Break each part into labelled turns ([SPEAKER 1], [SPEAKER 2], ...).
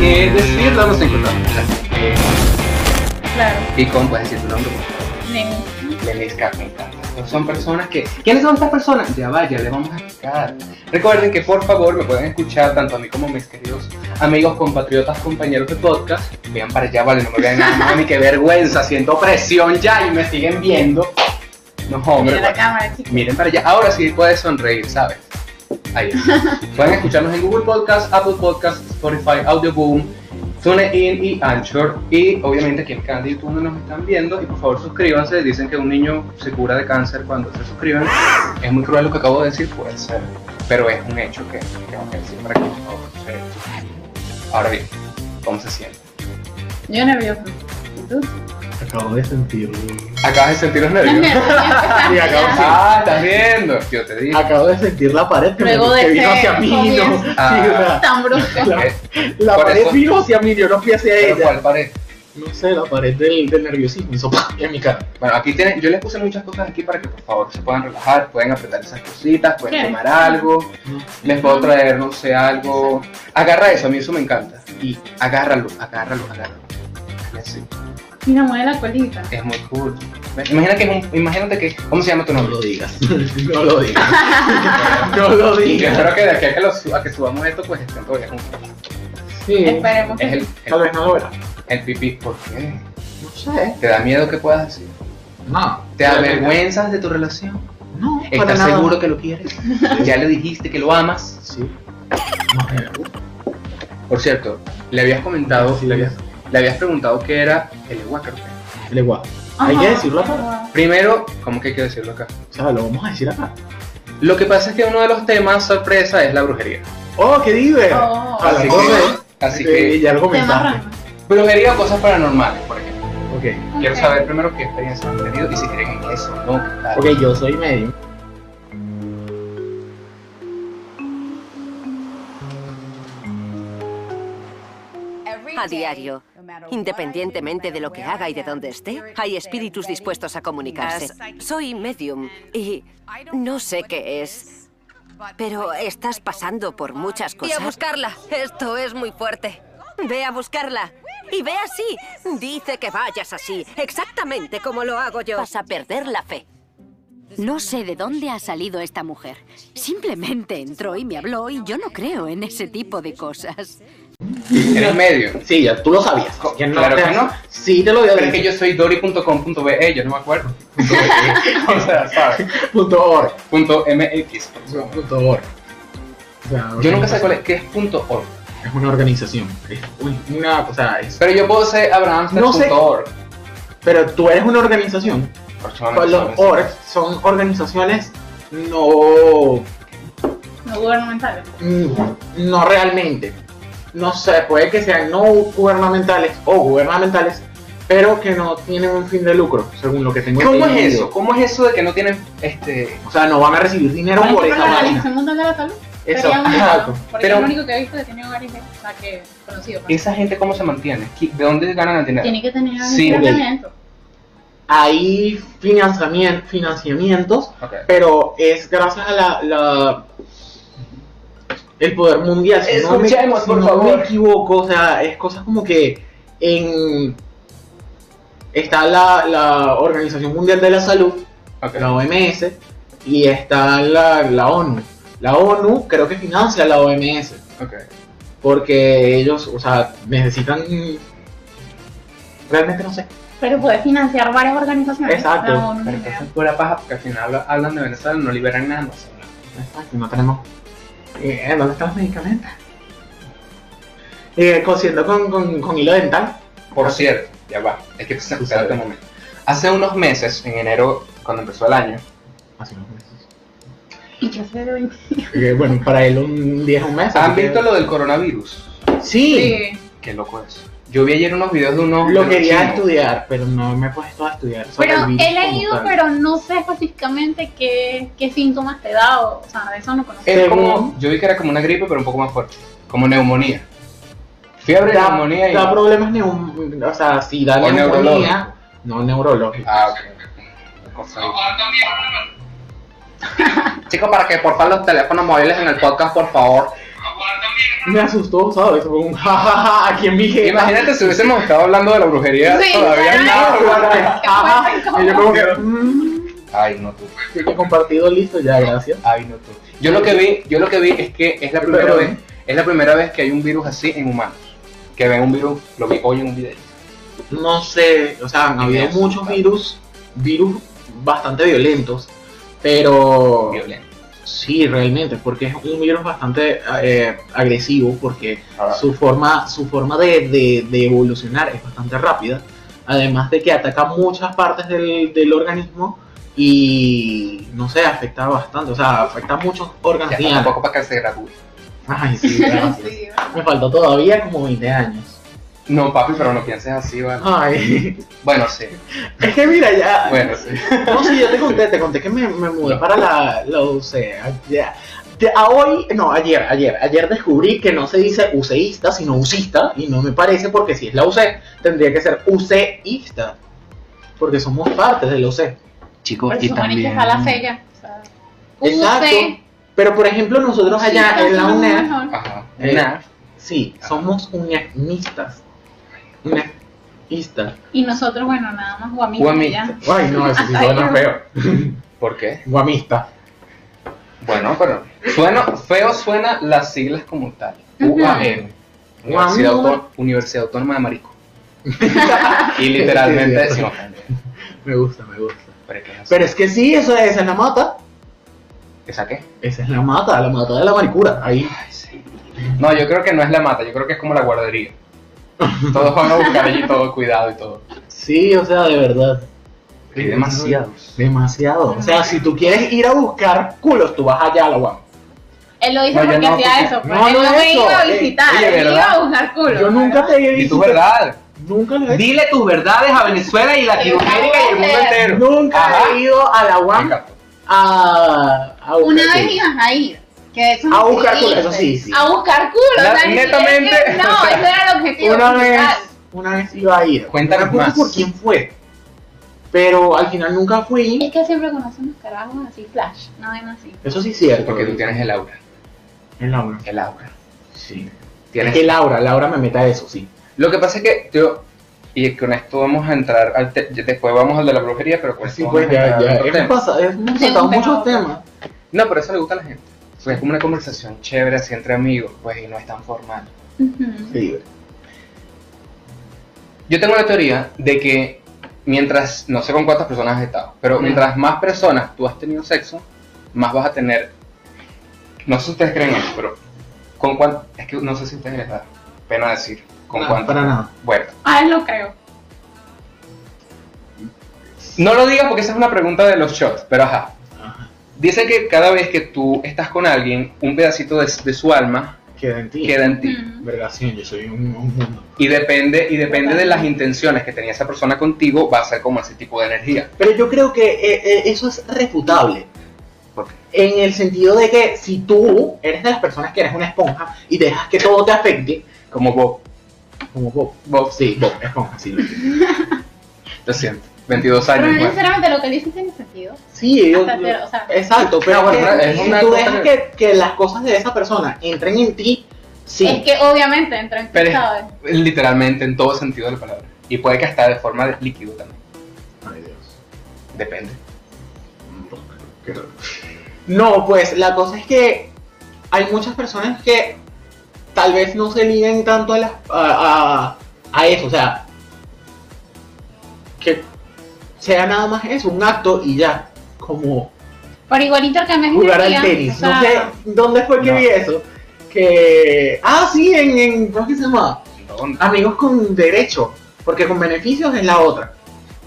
[SPEAKER 1] que decir, la vamos a encontrar. Así que,
[SPEAKER 2] Claro,
[SPEAKER 1] ¿Y cómo puedes decir tu nombre? por favor?
[SPEAKER 2] Nemi.
[SPEAKER 1] Lemis Carpenter. Son personas que... ¿Quiénes son estas personas? Ya vaya, le vamos a explicar. Recuerden que por favor me pueden escuchar tanto a mí como a mis queridos amigos, compatriotas, compañeros de podcast. Vean para allá, vale, no me vean a mí, qué vergüenza, siento presión ya y me siguen viendo. No, hombre. pues.
[SPEAKER 2] Mira la
[SPEAKER 1] vale.
[SPEAKER 2] cámara, chicos.
[SPEAKER 1] Miren para allá, ahora sí puedes sonreír, ¿sabes? Ahí. está. Pueden escucharnos en Google Podcast, Apple Podcast, Spotify, Audioboom, TuneIn y Anchor. Y obviamente aquí en el canal de YouTube no nos están viendo. Y por favor suscríbanse. Dicen que un niño se cura de cáncer cuando se suscriben. Es muy cruel lo que acabo de decir, puede ser. Pero es un hecho que tengo que decir para que por favor, se suscriban. Ahora bien, ¿cómo se siente?
[SPEAKER 2] Yo nervioso. ¿Y tú?
[SPEAKER 3] Acabo de sentirlo.
[SPEAKER 1] ¿Acabas de sentir los
[SPEAKER 2] Estás
[SPEAKER 1] nervios?
[SPEAKER 2] nervioso, ya
[SPEAKER 3] Y
[SPEAKER 2] empezaste
[SPEAKER 3] acabo-
[SPEAKER 2] ya.
[SPEAKER 1] Ah, estás viendo. Yo te dije.
[SPEAKER 3] Acabo de sentir la pared que, me,
[SPEAKER 2] Luego de
[SPEAKER 3] que vino
[SPEAKER 2] ese
[SPEAKER 3] hacia mí. ¿no?
[SPEAKER 2] comienzo.
[SPEAKER 3] Sí,
[SPEAKER 1] Ah.
[SPEAKER 2] Tan brusco.
[SPEAKER 3] o sea,
[SPEAKER 1] Eh,
[SPEAKER 3] la la
[SPEAKER 1] Por
[SPEAKER 3] pared
[SPEAKER 1] eso-
[SPEAKER 3] vino hacia mí, yo no fui hacia
[SPEAKER 1] ¿Pero
[SPEAKER 3] ella.
[SPEAKER 1] cuál pared?
[SPEAKER 3] No sé, la pared del, del nerviosismo hizo ¡pam! en mi cara.
[SPEAKER 1] Bueno, aquí tienen, yo les puse muchas cosas aquí para que por favor se puedan relajar, pueden apretar esas cositas, pueden
[SPEAKER 2] ¿Qué?
[SPEAKER 1] tomar algo, les puedo traer, no sé, algo. Agarra eso, a mí eso me encanta. Y agárralo, agárralo, agárralo. Así,
[SPEAKER 2] Mira, mueve la colita.
[SPEAKER 1] es muy cool. Imagina que es un- imagínate que, ¿cómo se llama tu
[SPEAKER 3] No
[SPEAKER 1] nombre?
[SPEAKER 3] lo digas. No lo digas. No lo
[SPEAKER 1] Y yo
[SPEAKER 3] digas.
[SPEAKER 1] espero que de aquí a que, lo suba- a que subamos esto, pues estén todavía juntos.
[SPEAKER 3] Sí.
[SPEAKER 2] Esperemos que
[SPEAKER 1] Es el,
[SPEAKER 3] Tal
[SPEAKER 1] el,
[SPEAKER 3] vez no lo verás.
[SPEAKER 1] el pipí, ¿por qué?
[SPEAKER 3] No sé.
[SPEAKER 1] ¿Te da miedo que puedas decir?
[SPEAKER 3] No.
[SPEAKER 1] ¿Te avergüenzas de tu relación?
[SPEAKER 3] No, para
[SPEAKER 1] ¿Estás
[SPEAKER 3] nada.
[SPEAKER 1] seguro que lo quieres? ¿Ya le dijiste que lo amas?
[SPEAKER 3] Sí. Más me gusta.
[SPEAKER 1] Por cierto, le habías comentado,
[SPEAKER 3] Sí.
[SPEAKER 1] le, habías, le habías preguntado qué era el Wacker.
[SPEAKER 3] El igual. Hay que decirlo acá.
[SPEAKER 2] Ajá.
[SPEAKER 1] Primero, ¿cómo que hay que decirlo acá?
[SPEAKER 3] O sea, lo vamos a decir acá.
[SPEAKER 1] Lo que pasa es que uno de los temas sorpresa es la brujería.
[SPEAKER 3] ¡Oh, qué diver!
[SPEAKER 2] Oh.
[SPEAKER 3] A la
[SPEAKER 1] Así
[SPEAKER 3] torre.
[SPEAKER 1] que, así
[SPEAKER 3] Eh,
[SPEAKER 1] que
[SPEAKER 3] ya lo
[SPEAKER 2] Tema
[SPEAKER 3] comentaste.
[SPEAKER 2] raro.
[SPEAKER 1] brujería o cosas paranormales, por ejemplo.
[SPEAKER 3] Ok.
[SPEAKER 1] Quiero
[SPEAKER 2] Ok.
[SPEAKER 1] saber primero qué experiencia han tenido y si creen en eso, no, qué tal.
[SPEAKER 3] Ok, yo soy medio.
[SPEAKER 4] A diario, independientemente de lo que haga y de dónde esté, hay espíritus dispuestos a comunicarse. Soy medium y no sé qué es, pero estás pasando por muchas cosas. Ve a buscarla. Esto es muy fuerte. Ve a buscarla. Y ve así. Dice que vayas así, exactamente como lo hago yo. Vas a perder la fe.
[SPEAKER 5] No sé de dónde ha salido esta mujer. Simplemente entró y me habló y yo no creo en ese tipo de cosas.
[SPEAKER 1] Eres medio.
[SPEAKER 3] Sí, ya tú lo sabías.
[SPEAKER 1] Co-
[SPEAKER 3] Que
[SPEAKER 1] claro
[SPEAKER 3] te-
[SPEAKER 1] que no.
[SPEAKER 3] Sí, te lo voy a
[SPEAKER 1] Pero es que
[SPEAKER 3] decir.
[SPEAKER 1] yo soy dori.com.be, yo no me acuerdo. o sea, ¿sabes?
[SPEAKER 3] Punto org.
[SPEAKER 1] Punto MX. por
[SPEAKER 3] Yo-
[SPEAKER 1] supuesto.
[SPEAKER 3] Punto org. O sea,
[SPEAKER 1] Yo nunca sé cuál es, qué es punto org.
[SPEAKER 3] Es una organización. Es un- una cosa. Es...
[SPEAKER 1] Pero yo puedo ser
[SPEAKER 3] No sé.
[SPEAKER 1] abrahamster.org.
[SPEAKER 3] Pero tú eres una organización. Los orgs son organizaciones no.
[SPEAKER 2] No gubernamentales.
[SPEAKER 3] mm, No realmente. No sé, puede que sean no gubernamentales o gubernamentales, pero que no tienen un fin de lucro, según lo que tengo
[SPEAKER 1] ¿Cómo es
[SPEAKER 3] entendido.
[SPEAKER 1] eso? ¿Cómo es eso de que no tienen este
[SPEAKER 3] O sea, no van a recibir dinero
[SPEAKER 2] Por
[SPEAKER 3] por
[SPEAKER 2] ejemplo,
[SPEAKER 3] esa
[SPEAKER 2] la
[SPEAKER 3] vaina.
[SPEAKER 2] Organización Mundial de la Salud.
[SPEAKER 3] Eso,
[SPEAKER 2] Sería un
[SPEAKER 3] exacto.
[SPEAKER 2] ejemplo, Porque
[SPEAKER 1] Pero-
[SPEAKER 2] es lo único que he visto que tiene hogares, de- o sea, que conocido. pues.
[SPEAKER 1] esa gente cómo se mantiene? ¿Qui- ¿De dónde ganan el dinero?
[SPEAKER 2] Tiene que tener un
[SPEAKER 1] Sí,
[SPEAKER 3] ok.
[SPEAKER 2] tratamiento.
[SPEAKER 3] Hay financiamien- financiamientos,
[SPEAKER 1] Ok.
[SPEAKER 3] pero es gracias a la, la- el poder mundial. Si no me,
[SPEAKER 1] Escuchemos,
[SPEAKER 3] si
[SPEAKER 1] por
[SPEAKER 3] no
[SPEAKER 1] favor.
[SPEAKER 3] me equivoco, o sea, es cosas como que en está la, la Organización Mundial de la Salud,
[SPEAKER 1] Ok.
[SPEAKER 3] la OMS, y está la, la ONU. La ONU creo que financia la OMS.
[SPEAKER 1] ok.
[SPEAKER 3] porque ellos, o sea, necesitan realmente no sé.
[SPEAKER 2] Pero puede financiar varias organizaciones.
[SPEAKER 3] Exacto.
[SPEAKER 2] La ONU,
[SPEAKER 1] Pero
[SPEAKER 2] la-
[SPEAKER 1] que eso es pura paja porque al final habla- hablan de Venezuela y no liberan nada más.
[SPEAKER 3] Exacto, no tenemos. Eh, ¿Dónde están los medicamentos? Eh, cosiendo con, con, con hilo dental.
[SPEAKER 1] Por cierto, ya va. Es que espérate
[SPEAKER 3] Sucede.
[SPEAKER 1] un momento. Hace unos meses, en enero, cuando empezó el año,
[SPEAKER 3] Hace unos meses.
[SPEAKER 2] Y yo sé de veinte-
[SPEAKER 3] Eh, bueno, para él un día es un mes.
[SPEAKER 1] ¿han
[SPEAKER 3] así que-
[SPEAKER 1] visto lo del coronavirus?
[SPEAKER 3] Sí,
[SPEAKER 2] Sí.
[SPEAKER 1] Qué loco es. Yo vi ayer unos videos de unos. de
[SPEAKER 3] lo
[SPEAKER 1] unos
[SPEAKER 3] quería
[SPEAKER 1] chinos.
[SPEAKER 3] estudiar, pero no me he puesto a estudiar. sobre
[SPEAKER 2] Pero
[SPEAKER 3] el virus
[SPEAKER 2] él ha
[SPEAKER 3] como
[SPEAKER 2] ido,
[SPEAKER 3] tal.
[SPEAKER 2] pero no sé específicamente qué, qué síntomas te da, o, o sea, de eso no conozco.
[SPEAKER 1] Es
[SPEAKER 3] Según-
[SPEAKER 1] como, yo vi que era como una gripe, pero un poco más fuerte. Como neumonía. Fiebre,
[SPEAKER 3] Da,
[SPEAKER 1] neumonía y.
[SPEAKER 3] da problemas neum... O sea, si da
[SPEAKER 1] O neurológico.
[SPEAKER 3] neumonía, no neurológico.
[SPEAKER 1] Ah, ok. Chicos, para que porfa los teléfonos móviles en el podcast, por favor.
[SPEAKER 3] Me asustó, ¿sabes? Fue un jajaja aquí en mi jefa.
[SPEAKER 1] Imagínate si hubiésemos estado hablando de la brujería
[SPEAKER 2] Sí,
[SPEAKER 1] todavía.
[SPEAKER 2] claro.
[SPEAKER 1] No,
[SPEAKER 3] Porque,
[SPEAKER 1] porque-
[SPEAKER 3] ajá, y yo como que, mm,
[SPEAKER 1] Ay, no tú.
[SPEAKER 3] sí que he compartido, listo, ya, gracias.
[SPEAKER 1] Ay, no tú. Yo lo que vi, yo lo que vi es que es la primera
[SPEAKER 3] Pero-
[SPEAKER 1] vez, es la primera vez que hay un virus así en humanos. Que ven un virus, lo vi hoy en un video.
[SPEAKER 3] No sé, o sea, han habido
[SPEAKER 1] Ideas,
[SPEAKER 3] muchos
[SPEAKER 1] claro.
[SPEAKER 3] virus, virus bastante violentos,
[SPEAKER 1] Oh.
[SPEAKER 3] pero...
[SPEAKER 1] Violento.
[SPEAKER 3] Sí, realmente, porque es un virus bastante eh, agresivo, porque
[SPEAKER 1] Ah.
[SPEAKER 3] su forma, su forma de, de- de evolucionar es bastante rápida, además de que ataca muchas partes del, del organismo y, no sé, afecta bastante, o sea, afecta a muchos órganos.
[SPEAKER 1] Ya,
[SPEAKER 3] diana.
[SPEAKER 1] tampoco para que se gradúe.
[SPEAKER 3] Ay, sí, gracias.
[SPEAKER 2] Sí,
[SPEAKER 3] Me faltó todavía como 20 años.
[SPEAKER 1] No, papi, pero no pienses así, ¿vale?
[SPEAKER 3] Ay,
[SPEAKER 1] Bueno, sí.
[SPEAKER 3] es que mira, ya...
[SPEAKER 1] Bueno, sí.
[SPEAKER 3] No, sí, yo te conté, te conté que me, me mudé para la, la UCE. Ya. De- a hoy, no, ayer, ayer, ayer descubrí que no se dice useísta, sino usista, y no me parece porque si es la UCE, tendría que ser useísta, porque somos parte de la UCE.
[SPEAKER 1] Chicos,
[SPEAKER 2] Pero se supone que está la sella. o sea,
[SPEAKER 3] Exacto.
[SPEAKER 2] UC,
[SPEAKER 3] Pero por ejemplo, nosotros allá
[SPEAKER 2] sí,
[SPEAKER 3] en la
[SPEAKER 2] no,
[SPEAKER 3] UNED,
[SPEAKER 2] mejor.
[SPEAKER 1] Ajá.
[SPEAKER 3] Eh,
[SPEAKER 1] Nah.
[SPEAKER 3] sí, somos unionistas. Unionistas.
[SPEAKER 2] Y nosotros, bueno, nada más guamitos y
[SPEAKER 1] Guamita.
[SPEAKER 2] ya.
[SPEAKER 3] Ay, no, eso sí
[SPEAKER 2] Ay,
[SPEAKER 3] suena
[SPEAKER 2] no.
[SPEAKER 3] feo.
[SPEAKER 1] ¿Por qué?
[SPEAKER 3] Guamista.
[SPEAKER 1] Bueno, pero suena, feo suena las siglas como tal.
[SPEAKER 2] Ujú.
[SPEAKER 1] UAM. Universidad,
[SPEAKER 3] Guamú.
[SPEAKER 1] Autónoma, Universidad Autónoma de Marico. y literalmente
[SPEAKER 3] Sí, sí, sí.
[SPEAKER 1] decimos.
[SPEAKER 3] Me gusta, me gusta.
[SPEAKER 1] ¿Pero qué es eso?
[SPEAKER 3] Pero es que sí, eso, esa es la mata.
[SPEAKER 1] ¿Esa qué?
[SPEAKER 3] Esa es la mata, la mata de la maricura. Ahí.
[SPEAKER 1] Ay, sí. No, yo creo que no es la mata, yo creo que es como la guardería. Todos van a buscar allí todo, cuidado y todo.
[SPEAKER 3] Sí, o sea, de verdad.
[SPEAKER 1] Hay demasiados.
[SPEAKER 3] Demasiado. O sea, si tú quieres ir a buscar culos, tú vas allá a la UAM.
[SPEAKER 2] Él lo dijo
[SPEAKER 1] No, yo
[SPEAKER 2] porque
[SPEAKER 1] no,
[SPEAKER 2] hacía
[SPEAKER 1] porque-
[SPEAKER 2] eso. pues,
[SPEAKER 3] no,
[SPEAKER 2] él
[SPEAKER 3] no
[SPEAKER 2] no me
[SPEAKER 3] eso,
[SPEAKER 2] iba a
[SPEAKER 3] eh,
[SPEAKER 2] visitar,
[SPEAKER 1] oye,
[SPEAKER 2] él iba
[SPEAKER 1] ¿verdad?
[SPEAKER 2] a buscar culo.
[SPEAKER 3] Yo nunca te he
[SPEAKER 1] Y
[SPEAKER 3] visto.
[SPEAKER 1] tu verdad.
[SPEAKER 3] Nunca lo he visto.
[SPEAKER 1] Dile tus verdades a Venezuela y Latinoamérica y el mundo entero.
[SPEAKER 3] Nunca
[SPEAKER 1] Ajá.
[SPEAKER 3] he ido a la
[SPEAKER 1] Me
[SPEAKER 3] UAM
[SPEAKER 1] encanta.
[SPEAKER 3] a, a buscar
[SPEAKER 2] Una vez
[SPEAKER 3] culos.
[SPEAKER 2] ibas a ir. Que eso
[SPEAKER 3] A
[SPEAKER 2] me
[SPEAKER 3] buscar culo,
[SPEAKER 2] escribiste.
[SPEAKER 3] eso sí, sí.
[SPEAKER 2] A buscar culo.
[SPEAKER 1] La-
[SPEAKER 2] o sea, ni siquiera
[SPEAKER 1] netamente,
[SPEAKER 2] es que-
[SPEAKER 1] o
[SPEAKER 2] No,
[SPEAKER 1] sea,
[SPEAKER 2] ese era el objetivo.
[SPEAKER 3] Una vez,
[SPEAKER 2] principal.
[SPEAKER 3] una vez iba a ir.
[SPEAKER 1] Cuéntanos
[SPEAKER 3] no me acuerdo
[SPEAKER 1] más.
[SPEAKER 3] por quién fue. Pero al final nunca fui.
[SPEAKER 2] Es que siempre conocen los carajos así, flash. No ven así.
[SPEAKER 3] Eso sí es cierto.
[SPEAKER 1] pues, Porque tú tienes el aura.
[SPEAKER 3] El Laura.
[SPEAKER 1] El aura.
[SPEAKER 3] Sí.
[SPEAKER 1] Tienes
[SPEAKER 3] Es que Laura, Laura me meta eso, sí.
[SPEAKER 1] Lo que pasa es que yo, y con esto vamos a entrar, al te- después vamos al de la brujería, pero con esto
[SPEAKER 3] Sí,
[SPEAKER 1] vamos
[SPEAKER 3] pues
[SPEAKER 1] a entrar
[SPEAKER 3] ya,
[SPEAKER 1] al
[SPEAKER 3] ya.
[SPEAKER 1] otro
[SPEAKER 3] Hemos
[SPEAKER 1] tema.
[SPEAKER 3] pasado, hemos
[SPEAKER 2] Sí,
[SPEAKER 3] tratado
[SPEAKER 2] un tema.
[SPEAKER 3] muchos temas.
[SPEAKER 1] No, pero eso le gusta a la gente. Pues es como una conversación chévere así entre amigos, pues, y no es tan formal.
[SPEAKER 2] Ujú.
[SPEAKER 3] Sí.
[SPEAKER 1] Yo tengo la teoría de que mientras, no sé con cuántas personas has estado, pero
[SPEAKER 3] Ujú.
[SPEAKER 1] mientras más personas tú has tenido sexo, más vas a tener, no sé si ustedes creen eso, pero con cuánto, es que no sé si ustedes les da pena decir, con
[SPEAKER 3] No,
[SPEAKER 1] cuánto.
[SPEAKER 3] Para nada.
[SPEAKER 1] Bueno,
[SPEAKER 2] Ah, él lo creo.
[SPEAKER 1] no lo digas porque esa es una pregunta de los shots, pero ajá. Dicen que cada vez que tú estás con alguien, un pedacito de, de su alma
[SPEAKER 3] Queda en ti.
[SPEAKER 1] queda en ti.
[SPEAKER 2] Ujú.
[SPEAKER 3] Verga, sí, yo soy un, un mundo.
[SPEAKER 1] Y depende, y depende de las intenciones que tenía esa persona contigo, va a ser como ese tipo de energía.
[SPEAKER 3] Pero yo creo que eh, eh, eso es refutable.
[SPEAKER 1] ¿Por qué?
[SPEAKER 3] En el sentido de que si tú eres de las personas que eres una esponja y dejas que todo te afecte,
[SPEAKER 1] Como Bob.
[SPEAKER 3] como Bob.
[SPEAKER 1] Bob, sí,
[SPEAKER 3] Sí, Bob, esponja, sí. lo digo.
[SPEAKER 1] lo siento. 22
[SPEAKER 2] Pero
[SPEAKER 1] años.
[SPEAKER 2] no
[SPEAKER 1] bueno.
[SPEAKER 2] necesariamente lo que él dice tiene sentido.
[SPEAKER 3] Sí, yo-
[SPEAKER 2] Hasta cero, o sea,
[SPEAKER 3] Exacto, pero
[SPEAKER 1] Ah, bueno,
[SPEAKER 3] es que
[SPEAKER 1] es
[SPEAKER 3] si
[SPEAKER 1] una
[SPEAKER 3] tú
[SPEAKER 1] cosa
[SPEAKER 3] dejas que, que las cosas de esa persona entren en ti, sí.
[SPEAKER 2] es que obviamente entra en
[SPEAKER 1] Pero
[SPEAKER 2] ¿sabes?
[SPEAKER 1] es literalmente en todo sentido de la palabra. Y puede que hasta de forma de líquido también.
[SPEAKER 3] Ay, Dios.
[SPEAKER 1] Depende.
[SPEAKER 3] No, pues la cosa es que hay muchas personas que tal vez no se liguen tanto a, las- a, a- a eso, o sea, que sea nada más eso, un acto y ya, como
[SPEAKER 2] Pero igual intercambias
[SPEAKER 3] jugar al
[SPEAKER 2] energía,
[SPEAKER 3] tenis.
[SPEAKER 2] o sea,
[SPEAKER 3] No sé dónde fue que
[SPEAKER 1] No.
[SPEAKER 3] vi eso. Que. Ah, sí, en. en ¿Cómo es que se llama?
[SPEAKER 1] ¿Dónde?
[SPEAKER 3] Amigos con derecho, porque con beneficios es la otra.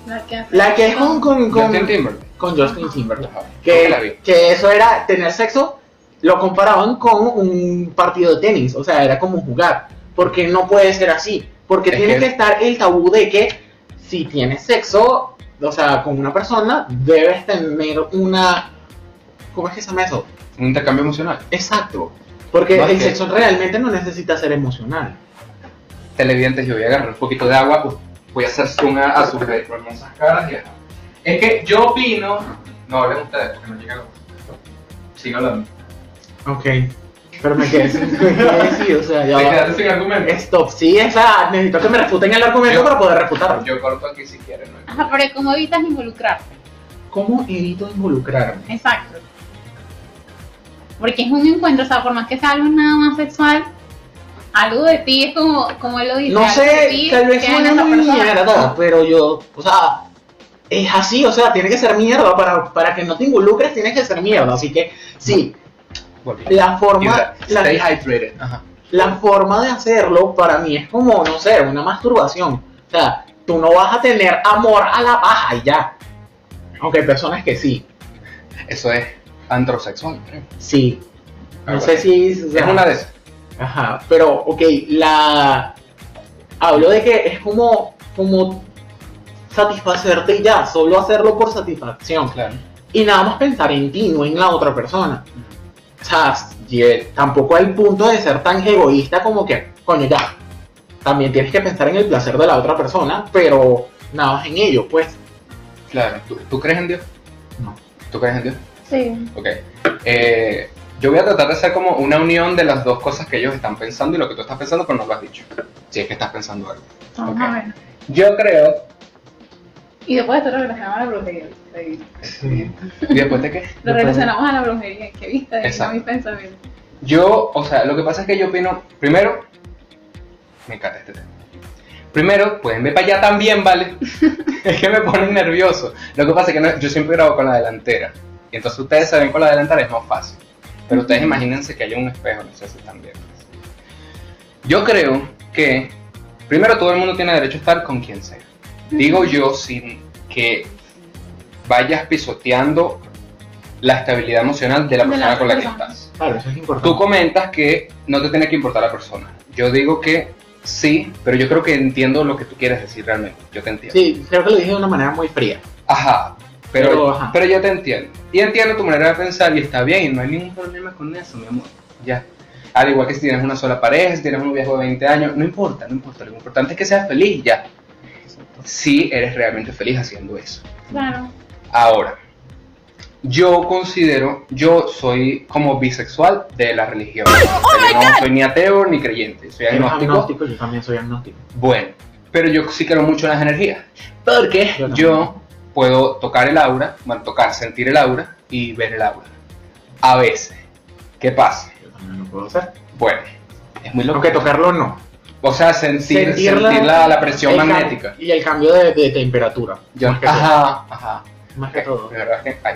[SPEAKER 2] La que, hace-
[SPEAKER 3] La que es con, con, con,
[SPEAKER 1] Justin Timberlake.
[SPEAKER 3] con Justin Timberlake
[SPEAKER 1] Ajá, creo que la vi.
[SPEAKER 3] que, que eso era tener sexo, lo comparaban con un partido de tenis, o sea, era como jugar, porque no puede ser así, porque
[SPEAKER 1] Es
[SPEAKER 3] tiene
[SPEAKER 1] que-
[SPEAKER 3] que... estar el tabú de que si tienes sexo, o sea, con una persona, debes tener una... ¿Cómo es que se llama eso?
[SPEAKER 1] Un intercambio emocional.
[SPEAKER 3] Exacto, porque
[SPEAKER 1] No, es
[SPEAKER 3] el
[SPEAKER 1] que-
[SPEAKER 3] sexo realmente no necesita ser emocional.
[SPEAKER 1] televidentes, yo voy a agarrar un poquito de agua, pues, voy a hacer zoom a, a sus hermosas caras. y ya. Es que yo opino, no hablen ustedes porque no llega la voz, sino la mía.
[SPEAKER 3] Ok. Pero me quedé sin me quedé sin- o sea, ya
[SPEAKER 1] Te
[SPEAKER 3] va.
[SPEAKER 1] quedaste sin argumento.
[SPEAKER 3] Stop, sí, esa, necesito que me refuten el argumento
[SPEAKER 1] Yo-
[SPEAKER 3] para poder refutarlo.
[SPEAKER 1] Yo corto aquí si quieres. ¿no?
[SPEAKER 2] Ajá, pero ¿cómo evitas involucrarte?
[SPEAKER 3] ¿Cómo evito involucrarme?
[SPEAKER 2] Exacto. Porque es un encuentro, o sea, por más que sea algo nada más sexual, algo de ti es como, como él lo dice.
[SPEAKER 3] No
[SPEAKER 2] algo de
[SPEAKER 3] sé,
[SPEAKER 2] ti
[SPEAKER 3] tal vez
[SPEAKER 2] queda
[SPEAKER 3] no
[SPEAKER 2] en
[SPEAKER 3] es
[SPEAKER 2] esa persona.
[SPEAKER 3] mierda, pero yo, o sea, es así, o sea, tiene que ser mierda. Para, para que no te involucres, tienes que ser mierda. Así que, sí,
[SPEAKER 1] Volví.
[SPEAKER 3] la forma,
[SPEAKER 1] Mira,
[SPEAKER 3] la,
[SPEAKER 1] Stay hydrated. Ajá.
[SPEAKER 3] la forma de hacerlo para mí es como, no sé, una masturbación. O sea, tú no vas a tener amor a la paja y ya. Aunque hay personas que sí,
[SPEAKER 1] Eso es androsexual, creo.
[SPEAKER 3] sí. No
[SPEAKER 1] Algo
[SPEAKER 3] sé
[SPEAKER 1] así.
[SPEAKER 3] si. o sea,
[SPEAKER 1] Ah, Es una de esas.
[SPEAKER 3] Ajá, pero ok, la... Hablo de que es como, como satisfacerte y ya, solo hacerlo por satisfacción.
[SPEAKER 1] Claro.
[SPEAKER 3] Y nada más pensar en ti, no en la otra persona. O sea, y- eh, tampoco al punto de ser tan egoísta como que, coño, ya. También tienes que pensar en el placer de la otra persona, pero nada más en ello, pues.
[SPEAKER 1] Claro. ¿Tú, tú crees en Dios?
[SPEAKER 3] No.
[SPEAKER 1] ¿Tú crees en Dios?
[SPEAKER 2] Sí.
[SPEAKER 1] Ok. Eh, yo voy a tratar de hacer como una unión de las dos cosas que ellos están pensando y lo que tú estás pensando, pero no lo has dicho. Si es que estás pensando algo.
[SPEAKER 2] Vamos
[SPEAKER 1] Ok.
[SPEAKER 2] a ver.
[SPEAKER 1] Yo creo.
[SPEAKER 2] Y después de esto lo relacionamos a la brujería. sí.
[SPEAKER 1] ¿Y después de qué?
[SPEAKER 2] Lo relacionamos a la brujería que viste de
[SPEAKER 1] Exacto.
[SPEAKER 2] mis pensamientos.
[SPEAKER 1] Yo, o sea, lo que pasa es que yo opino. Primero, me encanta este tema. Primero, pues, pueden ver para allá también, ¿vale? es que me ponen nervioso. Lo que pasa es que no- yo siempre grabo con la delantera. Y entonces ustedes se ven con la delantera, es más fácil. Pero ustedes imagínense que hay un espejo, no sé si están viendo. Yo creo que, primero, todo el mundo tiene derecho a estar con quien sea. Digo yo, sin que vayas pisoteando la estabilidad emocional de la
[SPEAKER 2] De la
[SPEAKER 1] persona con la que
[SPEAKER 2] persona.
[SPEAKER 1] estás.
[SPEAKER 3] Claro, eso es
[SPEAKER 1] Tú
[SPEAKER 3] importante.
[SPEAKER 1] comentas que no te tiene que importar la persona. Yo digo que sí, pero yo creo que entiendo lo que tú quieres decir realmente. Yo te entiendo.
[SPEAKER 3] Sí, creo que lo dije de una manera muy fría.
[SPEAKER 1] Ajá. Pero,
[SPEAKER 3] Pero, ajá.
[SPEAKER 1] pero yo te entiendo. Y entiendo tu manera de pensar y está bien, no hay ningún problema con eso, mi amor. Ya. Al igual que si tienes una sola pareja, si tienes un viejo de 20 años, no importa, no importa. Lo importante es que seas feliz ya. Si eres realmente feliz haciendo eso.
[SPEAKER 2] Claro.
[SPEAKER 1] Ahora, yo considero, yo soy como bisexual de la religión. O sea, yo no soy ni ateo ni creyente, soy
[SPEAKER 3] Eres
[SPEAKER 1] agnóstico.
[SPEAKER 3] agnóstico, yo también soy agnóstico.
[SPEAKER 1] Bueno, pero yo sí creo mucho en las energías. Porque
[SPEAKER 3] Yo
[SPEAKER 1] yo,
[SPEAKER 3] también.
[SPEAKER 1] puedo tocar el aura, bueno, tocar, sentir el aura y ver el aura. A veces. ¿Qué pasa?
[SPEAKER 3] Yo también lo puedo hacer.
[SPEAKER 1] Bueno, es muy loco.
[SPEAKER 3] Aunque tocarlo no.
[SPEAKER 1] O sea, sentir, sentir, la, la presión
[SPEAKER 3] el cam-
[SPEAKER 1] magnética.
[SPEAKER 3] Y el cambio de, de temperatura.
[SPEAKER 1] Yo-
[SPEAKER 3] más que
[SPEAKER 1] ajá, ajá.
[SPEAKER 3] todo. Más que todo.
[SPEAKER 1] De verdad que- ay.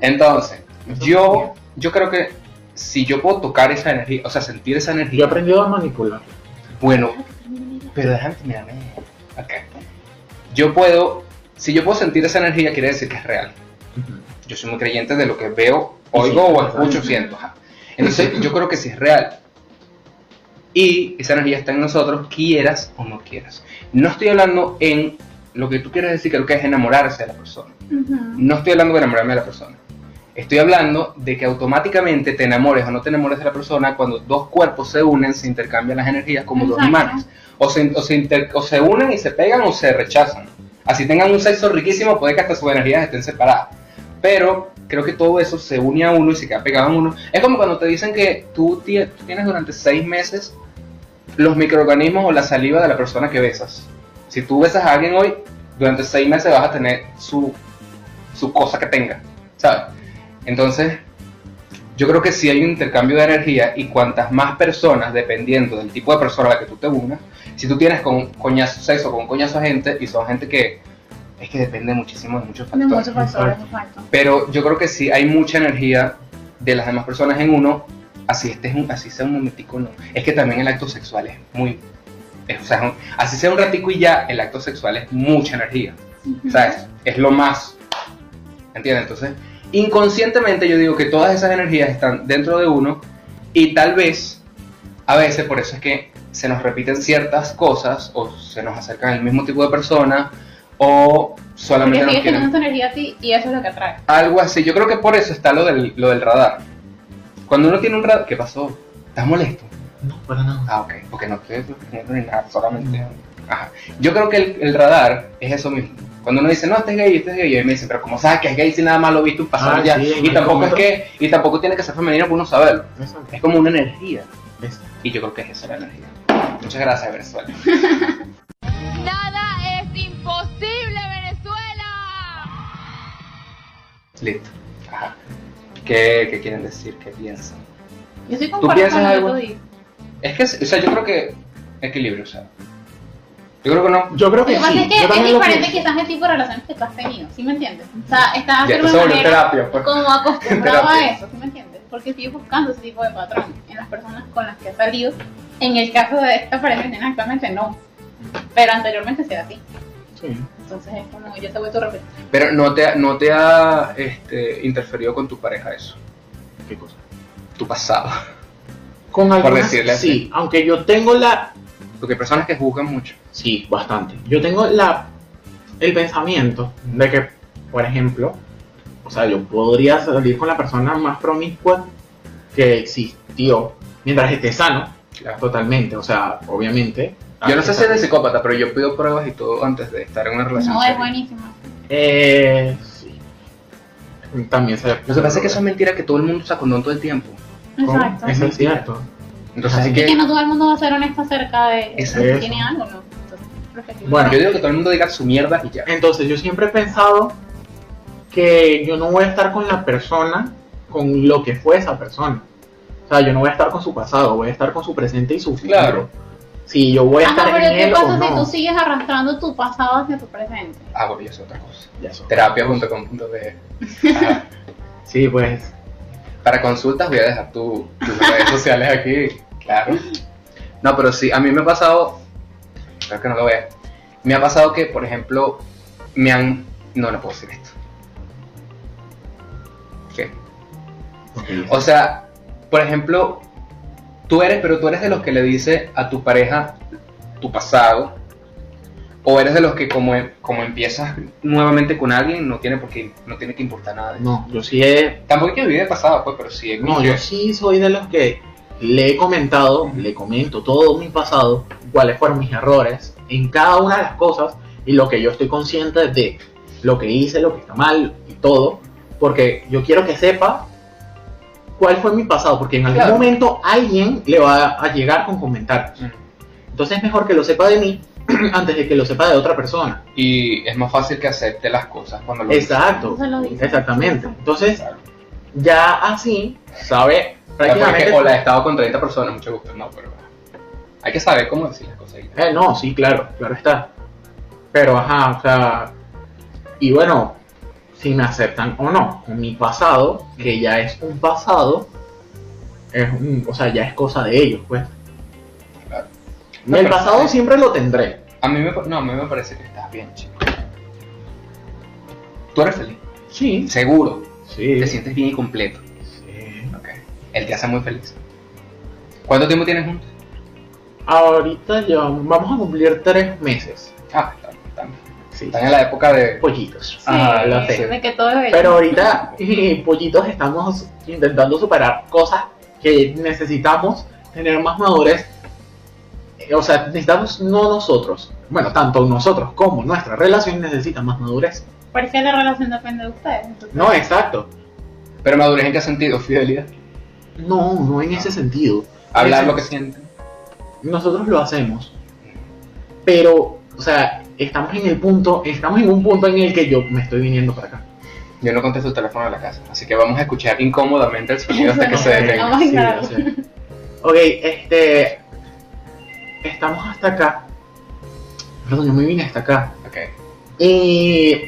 [SPEAKER 1] Entonces, yo, yo creo que si yo puedo tocar esa energía, o sea, sentir esa
[SPEAKER 3] Yo he
[SPEAKER 1] energía,
[SPEAKER 3] aprendido a manipular.
[SPEAKER 1] bueno, pero déjame terminarme. Ok. Yo puedo, si yo puedo sentir esa energía, quiere decir que es real. Yo soy muy creyente de lo que veo, oigo o escucho, siento. ajá. Entonces, yo creo que sí es real. Y esa energía está en nosotros, quieras o no quieras. No estoy hablando en lo que tú quieres decir, que lo que es enamorarse de la persona.
[SPEAKER 2] Ujú.
[SPEAKER 1] No estoy hablando de enamorarme de la persona. Estoy hablando de que automáticamente te enamores o no te enamores de la persona cuando dos cuerpos se unen, se intercambian las energías como dos
[SPEAKER 2] Exacto.
[SPEAKER 1] imanes. O se, o se inter- o se unen y se pegan o se rechazan. Así tengan un sexo riquísimo, puede que hasta sus energías estén separadas. Pero creo que todo eso se une a uno y se queda pegado en uno. Es como cuando te dicen que tú, tie- tú tienes durante seis meses los microorganismos o la saliva de la persona que besas. Si tú besas a alguien hoy, durante seis meses vas a tener su su cosa que tenga, ¿sabes? Entonces, yo creo que si hay un intercambio de energía y cuantas más personas, dependiendo del tipo de persona a la que tú te unas, si tú tienes con coñazo sexo con un coñazo de gente y son gente que es que depende muchísimo de muchos
[SPEAKER 2] De
[SPEAKER 1] factores.
[SPEAKER 2] muchos factores, exacto.
[SPEAKER 1] Pero yo creo que si hay mucha energía de las demás personas en uno, así este es un, así sea un momentico, no. Es que también el acto sexual es muy, es- o sea, es un- así sea un ratico y ya, el acto sexual es mucha energía. O sea, es, es lo más. ¿Entiendes? Entonces, inconscientemente yo digo que todas esas energías están dentro de uno y tal vez, a veces, por eso es que se nos repiten ciertas cosas o se nos acercan el mismo tipo de persona o solamente
[SPEAKER 2] Porque
[SPEAKER 1] nos
[SPEAKER 2] sigues
[SPEAKER 1] quieren.
[SPEAKER 2] teniendo esa energía a ti y eso es lo que atrae.
[SPEAKER 1] Algo así, yo creo que por eso está lo del, lo del radar. Cuando uno tiene un radar, ¿qué pasó? ¿Estás molesto?
[SPEAKER 3] No, para nada.
[SPEAKER 1] Ah, ok, porque no estoy defendiendo ni nada, solamente. Ajá. Yo creo que el, el radar es eso mismo. Cuando uno dice, no, este es gay, este es gay, y me dicen, pero ¿cómo sabes que es gay si nada más lo viste un pasado
[SPEAKER 3] Ah,
[SPEAKER 1] ya?
[SPEAKER 3] sí, en
[SPEAKER 1] y
[SPEAKER 3] el
[SPEAKER 1] tampoco es
[SPEAKER 3] momento.
[SPEAKER 1] que, y tampoco tiene que ser femenino para uno saberlo. Es como una energía.
[SPEAKER 3] ¿Ves?
[SPEAKER 1] Y yo creo que es esa la energía. Muchas gracias, Venezuela.
[SPEAKER 6] Nada es imposible, Venezuela.
[SPEAKER 1] Listo. Ajá. ¿Qué, ¿Qué quieren decir? ¿Qué piensan?
[SPEAKER 2] Yo soy
[SPEAKER 1] ¿Tú
[SPEAKER 2] concuerdo
[SPEAKER 1] piensas
[SPEAKER 2] con lo que
[SPEAKER 1] algo?
[SPEAKER 2] tú dices.
[SPEAKER 1] Es que, o sea, yo creo que equilibrio, o sea. Yo creo que no.
[SPEAKER 3] Yo creo
[SPEAKER 2] Lo que
[SPEAKER 3] que
[SPEAKER 2] pasa
[SPEAKER 3] sí.
[SPEAKER 2] es que
[SPEAKER 3] yo
[SPEAKER 2] es
[SPEAKER 3] también lo
[SPEAKER 2] diferente
[SPEAKER 3] pienso.
[SPEAKER 2] quizás el tipo de relaciones que tú has tenido, ¿sí me entiendes? O sea, estás
[SPEAKER 1] Ya
[SPEAKER 2] Ah, de
[SPEAKER 1] esto
[SPEAKER 2] una
[SPEAKER 1] se volvió
[SPEAKER 2] manera
[SPEAKER 1] terapia, pues.
[SPEAKER 2] como acostumbrado a
[SPEAKER 1] Terapia.
[SPEAKER 2] eso, ¿sí me entiendes? Porque estoy buscando ese tipo de patrón en las personas con las que he salido. En el caso de esta pareja que tienen actualmente, no. Pero anteriormente sí era así.
[SPEAKER 3] Sí.
[SPEAKER 2] Entonces es como, yo te voy a tu repetir.
[SPEAKER 1] Pero no te, no te ha este, interferido con tu pareja eso.
[SPEAKER 3] ¿Qué cosa?
[SPEAKER 1] Tu pasado.
[SPEAKER 3] Con algunas,
[SPEAKER 1] decirle así.
[SPEAKER 3] sí, aunque yo tengo la...
[SPEAKER 1] Porque hay personas que juzgan mucho.
[SPEAKER 3] Sí, bastante. Yo tengo la... El pensamiento de que, por ejemplo, o sea, yo podría salir con la persona más promiscua que existió mientras esté sano,
[SPEAKER 1] Claro.
[SPEAKER 3] totalmente. O sea, obviamente.
[SPEAKER 1] Yo no sé si es de psicópata, pero yo pido pruebas y todo antes de estar en una relación.
[SPEAKER 2] No, es
[SPEAKER 1] seria.
[SPEAKER 2] buenísimo.
[SPEAKER 3] Eh, sí. También se...
[SPEAKER 1] Lo que pasa es que eso es mentira que todo el mundo usa condón todo el tiempo.
[SPEAKER 2] Exacto.
[SPEAKER 3] Eso es cierto.
[SPEAKER 1] Entonces, así
[SPEAKER 3] Y
[SPEAKER 2] Y
[SPEAKER 1] que.
[SPEAKER 2] Ah, que no todo el mundo va a ser honesto acerca de
[SPEAKER 1] Es
[SPEAKER 2] si
[SPEAKER 3] eso.
[SPEAKER 2] tiene algo, ¿no? Entonces, preferible.
[SPEAKER 3] Bueno.
[SPEAKER 1] Yo digo que todo el mundo diga su mierda y ya.
[SPEAKER 3] Entonces yo siempre he pensado que yo no voy a estar con la persona, con lo que fue esa persona. O sea, yo no voy a estar con su pasado, voy a estar con su presente y su futuro.
[SPEAKER 1] Claro.
[SPEAKER 3] Si yo voy a
[SPEAKER 2] Ah, no,
[SPEAKER 3] estar
[SPEAKER 2] pero
[SPEAKER 3] en
[SPEAKER 2] ¿qué
[SPEAKER 3] él o
[SPEAKER 2] pasa si
[SPEAKER 3] no.
[SPEAKER 2] tú sigues arrastrando tu pasado hacia tu presente?
[SPEAKER 1] Ah, bueno, ya es otra cosa.
[SPEAKER 3] Ya eso.
[SPEAKER 1] Terapia.com.be. Ajá.
[SPEAKER 3] Sí, pues.
[SPEAKER 1] Para consultas voy a dejar tu- tus redes sociales aquí, claro. No, pero sí, a mí me ha pasado, espero que no lo veas, me ha pasado que, por ejemplo, me han... No, no puedo decir esto. ¿Qué? O sea, por ejemplo, tú eres, pero tú eres de los que le dice a tu pareja tu pasado, o eres de los que como, como empiezas nuevamente con alguien, no tiene, por qué- no tiene que importar nada. de eso.
[SPEAKER 3] No, yo sí he.
[SPEAKER 1] Tampoco hay que vivir el pasado, pues, pero sí es como
[SPEAKER 3] No,
[SPEAKER 1] que-
[SPEAKER 3] yo sí soy de los que le he comentado, le comento todo mi pasado, cuáles fueron mis errores en cada una de las cosas y lo que yo estoy consciente de lo que hice, lo que está mal y todo, porque yo quiero que sepa cuál fue mi pasado, porque en algún
[SPEAKER 1] Claro. Mm.
[SPEAKER 3] momento alguien le va a llegar con comentarios.
[SPEAKER 1] Ujú.
[SPEAKER 3] Entonces es mejor que lo sepa de mí antes de que lo sepa de otra persona.
[SPEAKER 1] y es más fácil que acepte las cosas cuando lo
[SPEAKER 3] Exacto,
[SPEAKER 2] Eso lo dice.
[SPEAKER 3] exactamente. Entonces
[SPEAKER 1] Claro.
[SPEAKER 3] ya así sabe
[SPEAKER 1] dices. O sea, porque,
[SPEAKER 3] prácticamente
[SPEAKER 1] o la he estado con 30 personas, mucho gusto, no, pero hay que saber cómo decir las cosas. y-
[SPEAKER 3] Eh, no, sí, claro, claro está. Pero, ajá, o sea, y bueno, si me aceptan o no, con mi pasado, que ya es un pasado, es un- o sea, ya es cosa de ellos, pues.
[SPEAKER 1] Claro.
[SPEAKER 3] Y el
[SPEAKER 1] Pero-
[SPEAKER 3] pasado siempre lo tendré.
[SPEAKER 1] A mí me, no, a mí me parece que estás bien, chico. Tú eres feliz.
[SPEAKER 3] Sí,
[SPEAKER 1] Seguro.
[SPEAKER 3] sí,
[SPEAKER 1] Te sientes bien y completo.
[SPEAKER 3] sí.
[SPEAKER 1] Ok. Él te hace muy feliz. ¿Cuánto tiempo tienes juntos?
[SPEAKER 3] Ahorita ya vamos a cumplir tres meses.
[SPEAKER 1] Ah, están, están-
[SPEAKER 3] Sí,
[SPEAKER 1] están en la época de...
[SPEAKER 3] pollitos.
[SPEAKER 2] Sí,
[SPEAKER 1] Ah, lo sé.
[SPEAKER 2] de que todo es bello.
[SPEAKER 3] Pero ahorita, pollitos, estamos intentando superar cosas que necesitamos tener más madurez. Eh, O sea, necesitamos no nosotros. Bueno, tanto nosotros como nuestra relación necesita más madurez.
[SPEAKER 2] Pero es que la relación depende de ustedes. entonces-
[SPEAKER 3] No, exacto.
[SPEAKER 1] Pero madurez en qué sentido? Fidelidad.
[SPEAKER 3] No, no en ese sentido.
[SPEAKER 1] Hablar lo
[SPEAKER 3] Eso.
[SPEAKER 1] que sientes.
[SPEAKER 3] Nosotros lo hacemos. Pero, o sea, estamos en el punto, estamos en un punto en el que yo me estoy viniendo para acá.
[SPEAKER 1] Yo no contesto el teléfono de la casa, así que vamos a escuchar incómodamente el sonido hasta que se detenga.
[SPEAKER 2] Vamos a
[SPEAKER 3] Sí,
[SPEAKER 2] ignorarlo.
[SPEAKER 3] o sea. Ok, este. Estamos hasta acá. Perdón, yo me vine hasta acá.
[SPEAKER 1] Ok.
[SPEAKER 3] Y.